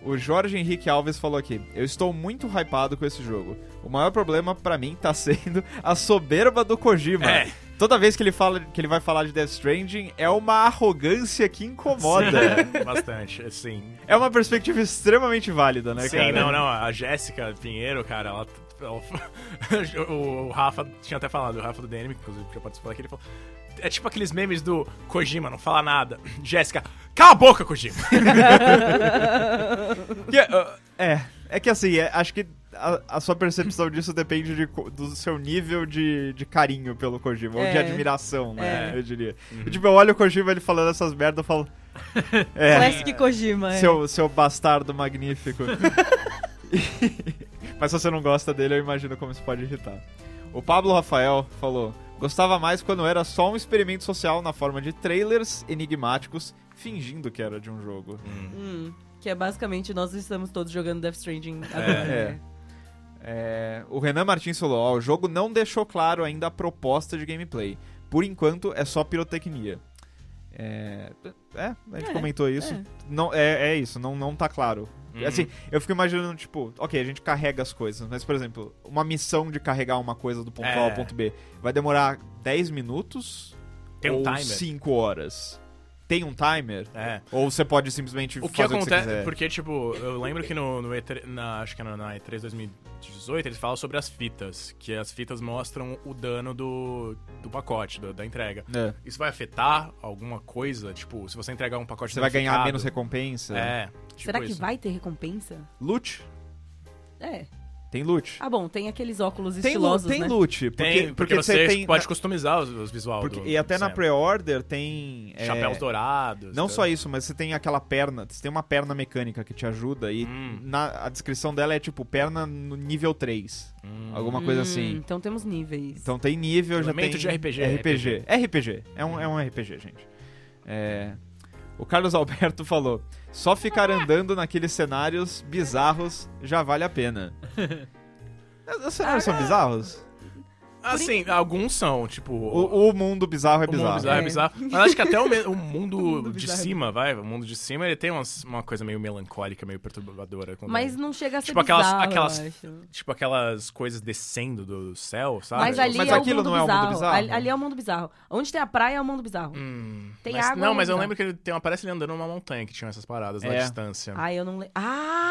S1: O Jorge Henrique Alves falou aqui: Eu estou muito hypado com esse jogo. O maior problema pra mim tá sendo (laughs) a soberba do Kojima.
S2: É.
S1: Toda vez que ele, fala, que ele vai falar de Death Stranding, é uma arrogância que incomoda.
S2: Sim, É, Bastante, sim.
S1: É uma perspectiva extremamente válida, né,
S2: sim,
S1: cara?
S2: não, não. A Jéssica Pinheiro, cara, ela. ela- (laughs) o Rafa tinha até falado, o Rafa do DNM, que inclusive já participou daqui, ele falou. É tipo aqueles memes do Kojima, não fala nada. Jéssica, cala a boca,
S1: (laughs)
S2: Kojima! (laughs)
S1: Hum, Que, uh, é, é que assim, é- acho que a, a sua percepção disso depende de co- do seu nível de, de carinho pelo Kojima, ou de
S3: É.
S1: admiração, né,
S2: É.
S1: eu diria. Tipo, eu olho o Kojima, ele falando essas merdas, eu
S3: (laughs)
S1: falo... É,
S3: Classic Kojima. é.
S1: seu, seu bastardo
S3: (laughs)
S1: magnífico. (laughs) Mas se você não gosta dele, eu imagino como isso pode irritar. O Pablo Rafael falou: Gostava mais quando era só um experimento social na forma de trailers enigmáticos, fingindo que era de um jogo.
S2: uh,
S3: Hum, que é basicamente nós estamos todos jogando Death Stranding agora.
S1: É.
S3: né?
S1: É, o Renan Martins falou: ó, o jogo não deixou claro ainda a proposta de gameplay. Por enquanto, é só pirotecnia. É, é, a gente
S3: É,
S1: comentou isso.
S3: é.
S1: Não, é, é isso, não, não tá claro.
S2: Uhum.
S1: Assim, eu fico imaginando, tipo, ok, a gente carrega as coisas, mas, por exemplo, uma missão de carregar uma coisa do ponto A ao
S2: É.
S1: ponto B vai demorar 10 minutos
S2: Tem um
S1: ou
S2: timer.
S1: 5 horas? Tem um timer?
S2: É.
S1: Ou você pode simplesmente
S2: O que
S1: fazer o que você
S2: acontece,
S1: quiser?
S2: porque, tipo, eu lembro que no, no E3, na, acho que era na E3 2018, eles falam sobre as fitas, que as fitas mostram o dano do, do pacote, do- da entrega.
S1: É.
S2: Isso vai afetar alguma coisa? Tipo, se você entregar um pacote
S1: Você vai ganhar menos né?
S2: danificado-
S1: recompensa?
S2: É. tipo
S3: Será que
S2: isso.
S3: vai ter recompensa?
S1: Loot?
S3: É.
S1: Tem loot.
S3: Ah, bom, tem aqueles óculos
S1: tem lu-
S3: estilosos,
S1: tem
S3: né?
S1: loot, porque,
S2: Tem, porque,
S1: porque
S2: você
S1: tem
S2: pode customizar os, os visual
S1: porque-
S2: do-
S1: e até
S2: do
S1: na
S2: Sam.
S1: pre-order tem é,
S2: Chapéus dourados.
S1: Não
S2: tá?
S1: só isso, mas você tem aquela perna, você tem uma perna mecânica que te ajuda e
S2: Hum.
S1: na a descrição dela é tipo perna no nível 3,
S2: Hum.
S1: alguma coisa
S3: Hum,
S1: assim.
S3: Então temos níveis.
S1: Então tem nível, já tem...
S2: Elemento de RPG,
S1: RPG. RPG. É um, é um RPG, gente. É, O Carlos Alberto (laughs) falou, só ficar andando naqueles cenários bizarros já vale a
S3: (laughs)
S1: pena. Os cenários são bizarros?
S2: Assim, alguns são, tipo.
S1: O, o mundo bizarro é
S2: O mundo
S1: bizarro.
S2: bizarro é
S3: É.
S2: bizarro. Mas acho que até o, me- o
S3: (laughs)
S2: mundo,
S3: mundo
S2: de
S3: bizarro.
S2: cima, vai. O mundo de cima, ele tem umas- uma coisa meio melancólica, meio perturbadora. quando-
S3: Mas não chega a ser
S2: Tipo aquelas-
S3: bizarro, eu
S2: aquelas-
S3: acho.
S2: Tipo aquelas coisas descendo do céu, sabe?
S3: Mas ali
S1: Mas
S3: é o
S1: aquilo
S3: mundo
S1: não é o mundo
S3: bizarro.
S1: bizarro?
S3: Ali, ali é o mundo bizarro. Onde tem a praia é o mundo bizarro.
S2: Hum,
S3: Tem
S2: mas-
S3: água é
S2: Não,
S3: no
S2: mas eu
S3: lugar.
S2: lembro que ele tem uma. Parece ele andando numa montanha que tinha essas paradas na
S1: É.
S2: distância.
S3: Ah, eu não lembro.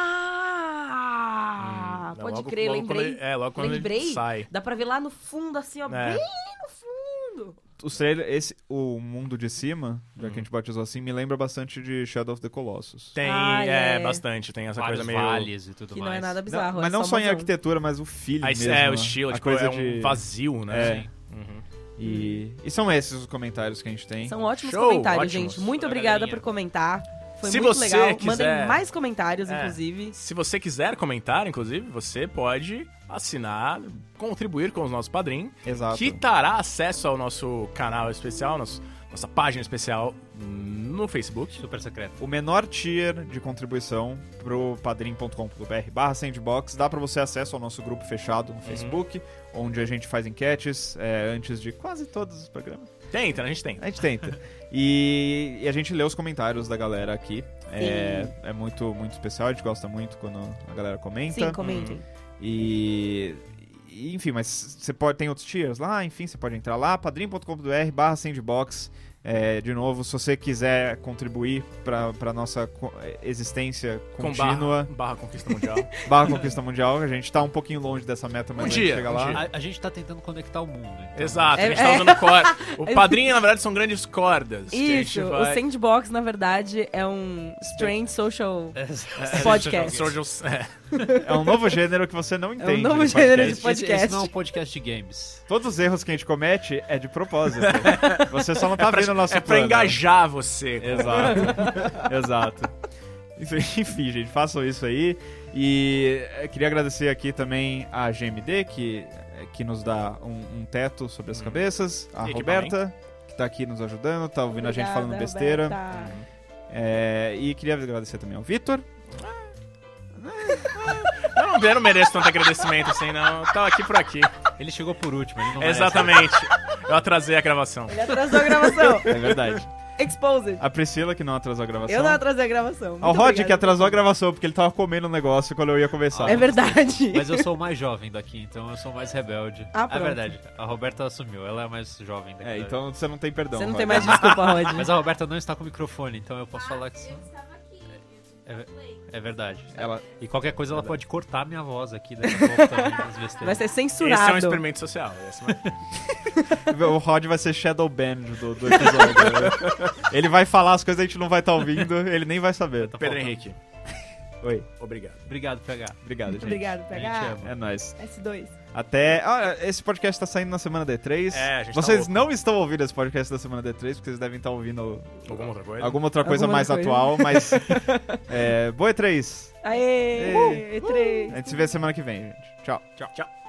S3: Ah!
S2: Hum,
S3: pode
S2: logo-
S3: crer,
S2: logo
S3: lembrei.
S2: quando ele- é, logo quando
S3: lembrei.
S2: ele sai.
S3: Dá pra ver lá no fundo, assim, ó.
S2: É.
S3: Bem no fundo.
S1: os trailers, esse, o mundo de cima, já que a gente batizou assim, me lembra bastante de Shadow of the Colossus.
S2: Tem,
S3: Ah,
S2: é,
S3: é.
S2: bastante, tem essa
S4: vários
S2: coisa meio...
S4: vales e tudo
S3: Que
S4: mais.
S3: não é nada
S1: Não,
S3: bizarro.
S1: mas
S3: é
S1: não só em
S3: uma zona.
S1: arquitetura, mas o feeling
S2: Aí,
S1: mesmo.
S2: é, o
S1: né?
S2: estilo,
S1: a
S2: tipo,
S1: coisa
S2: é
S1: de...
S2: um vazio, né?
S1: É.
S2: Sim. Uhum.
S1: E, e são esses os comentários que a gente tem.
S3: São ótimos
S2: Show,
S3: comentários,
S2: ótimos.
S3: gente. Muito
S4: Valeu,
S3: obrigada
S4: galerinha.
S3: por comentar. Foi
S2: Se
S3: muito
S2: você
S3: legal.
S2: quiser-
S3: Mandem mais comentários,
S2: É.
S3: inclusive.
S2: Se você quiser comentar, inclusive, você pode assinar, contribuir com os nossos padrinhos,
S1: Exato.
S2: que dará acesso ao nosso canal especial, nosso- nossa página especial no Facebook.
S4: Super secreto.
S1: O menor tier de contribuição pro padrim.com.br barra sandbox dá pra você acesso ao nosso grupo fechado no Facebook, onde a gente faz enquetes é, antes de quase todos os programas.
S2: Tenta, a gente tem.
S1: A gente tenta. e, e a gente lê os comentários da galera aqui. É, é muito, muito especial, a gente gosta muito quando a galera comenta.
S3: Sim, comentem.
S1: E. e, Enfim, mas você pode. Tem outros tiers lá, enfim, você pode entrar lá, padrim.com.br barra sandbox. É, de novo, se você quiser contribuir pra, pra nossa co- é, existência contínua, É.
S2: barra, barra Conquista Mundial.
S1: barra. Conquista Mundial, a gente tá um pouquinho longe dessa meta, mas
S2: Um
S1: a gente
S2: dia,
S1: chega
S2: um
S1: lá.
S2: dia.
S4: A, a gente tá tentando conectar o mundo. então. (laughs)
S2: Exato, a gente
S3: É-
S2: tá
S3: é.
S2: usando corda.
S3: (laughs)
S2: O padrinho, na verdade, são grandes cordas. que a gente
S3: Isso,
S2: vai-
S3: o Sandbox, na verdade, é um strange social.
S2: É,
S4: Esse-
S3: (laughs) Podcast.
S2: Surgeons- é.
S1: É um novo gênero que você não entende. de
S3: É um novo gênero de
S1: podcast.
S4: Esse,
S3: Podcast.
S4: não é um podcast de games.
S1: Todos os erros que a gente comete é de
S2: (laughs)
S1: propósito. Você só não tá vendo o nosso
S2: É pra
S1: plano.
S2: engajar você.
S1: Exato. Exato. Enfim, Enfim, gente, façam isso aí. E eh, queria agradecer aqui também a GMD, que, eh, que nos dá um, um teto sobre as cabeças. A
S2: E
S1: Roberta, que tá aqui nos ajudando, tá ouvindo a gente
S3: Obrigada,
S1: falando besteira.
S3: Roberta.
S1: Eh, e queria agradecer também ao Vitor.
S2: Eu não, eu não mereço tanto agradecimento assim, não. Eu tava aqui por aqui.
S4: Ele chegou por
S2: (laughs)
S4: último, ele não merece.
S2: Exatamente. Eu atrasei a gravação.
S3: Ele atrasou
S1: (laughs)
S3: a gravação.
S1: É
S3: (laughs)
S1: verdade.
S3: Exposed.
S1: A Priscila, que não atrasou a gravação.
S3: Eu não atrasei a gravação. Muito
S1: Ao Rod,
S3: obrigada.
S1: que atrasou a gravação, porque ele tava comendo um negócio quando eu ia começar.
S3: É verdade. (laughs)
S4: Mas eu sou o mais jovem daqui, então eu sou o mais rebelde.
S3: Ah,
S4: é
S3: pronto.
S4: verdade. A Roberta assumiu, ela é a mais jovem daqui.
S1: É, então você não tem perdão.
S3: Você não
S1: Rod.
S3: tem mais desculpa, Rod.
S4: (laughs) Mas a Roberta não está com o microfone, então eu
S3: Ah,
S4: posso falar que
S5: Eu estava aqui. Eu
S4: É-
S5: te falei.
S4: é verdade.
S1: Ela... (laughs)
S4: E qualquer coisa ela pode cortar minha voz aqui daqui a pouco também, das besteiras. Tá
S3: Vai ser
S2: Esse é um
S3: censurado.
S2: experimento social. Esse é um-
S1: O Rod vai ser Shadow Band do, do
S2: (laughs)
S1: episódio. né? ele vai falar as coisas que a gente não vai estar ouvindo, ele nem vai saber.
S4: Tá
S2: Pedro
S4: faltando.
S2: Henrique,
S1: Oi,
S2: um- (laughs) obrigado.
S4: Obrigado, PH.
S1: obrigado, gente.
S3: Obrigado,
S4: A
S3: PH.
S4: gente
S1: É nóis.
S3: S2.
S1: Até. Ah, esse podcast tá saindo na semana D3.
S2: É, a gente tá
S1: Vocês
S2: louco.
S1: não estão ouvindo esse podcast da semana D3, porque vocês devem estar ouvindo
S2: Alguma outra coisa?
S1: alguma outra coisa
S3: Alguma
S1: mais
S3: outra coisa.
S1: atual, mas. é, boa E3.
S3: (laughs) Aê!
S1: Ei.
S3: E3.
S1: A gente se vê semana que vem, gente. Tchau.
S2: Tchau. Tchau.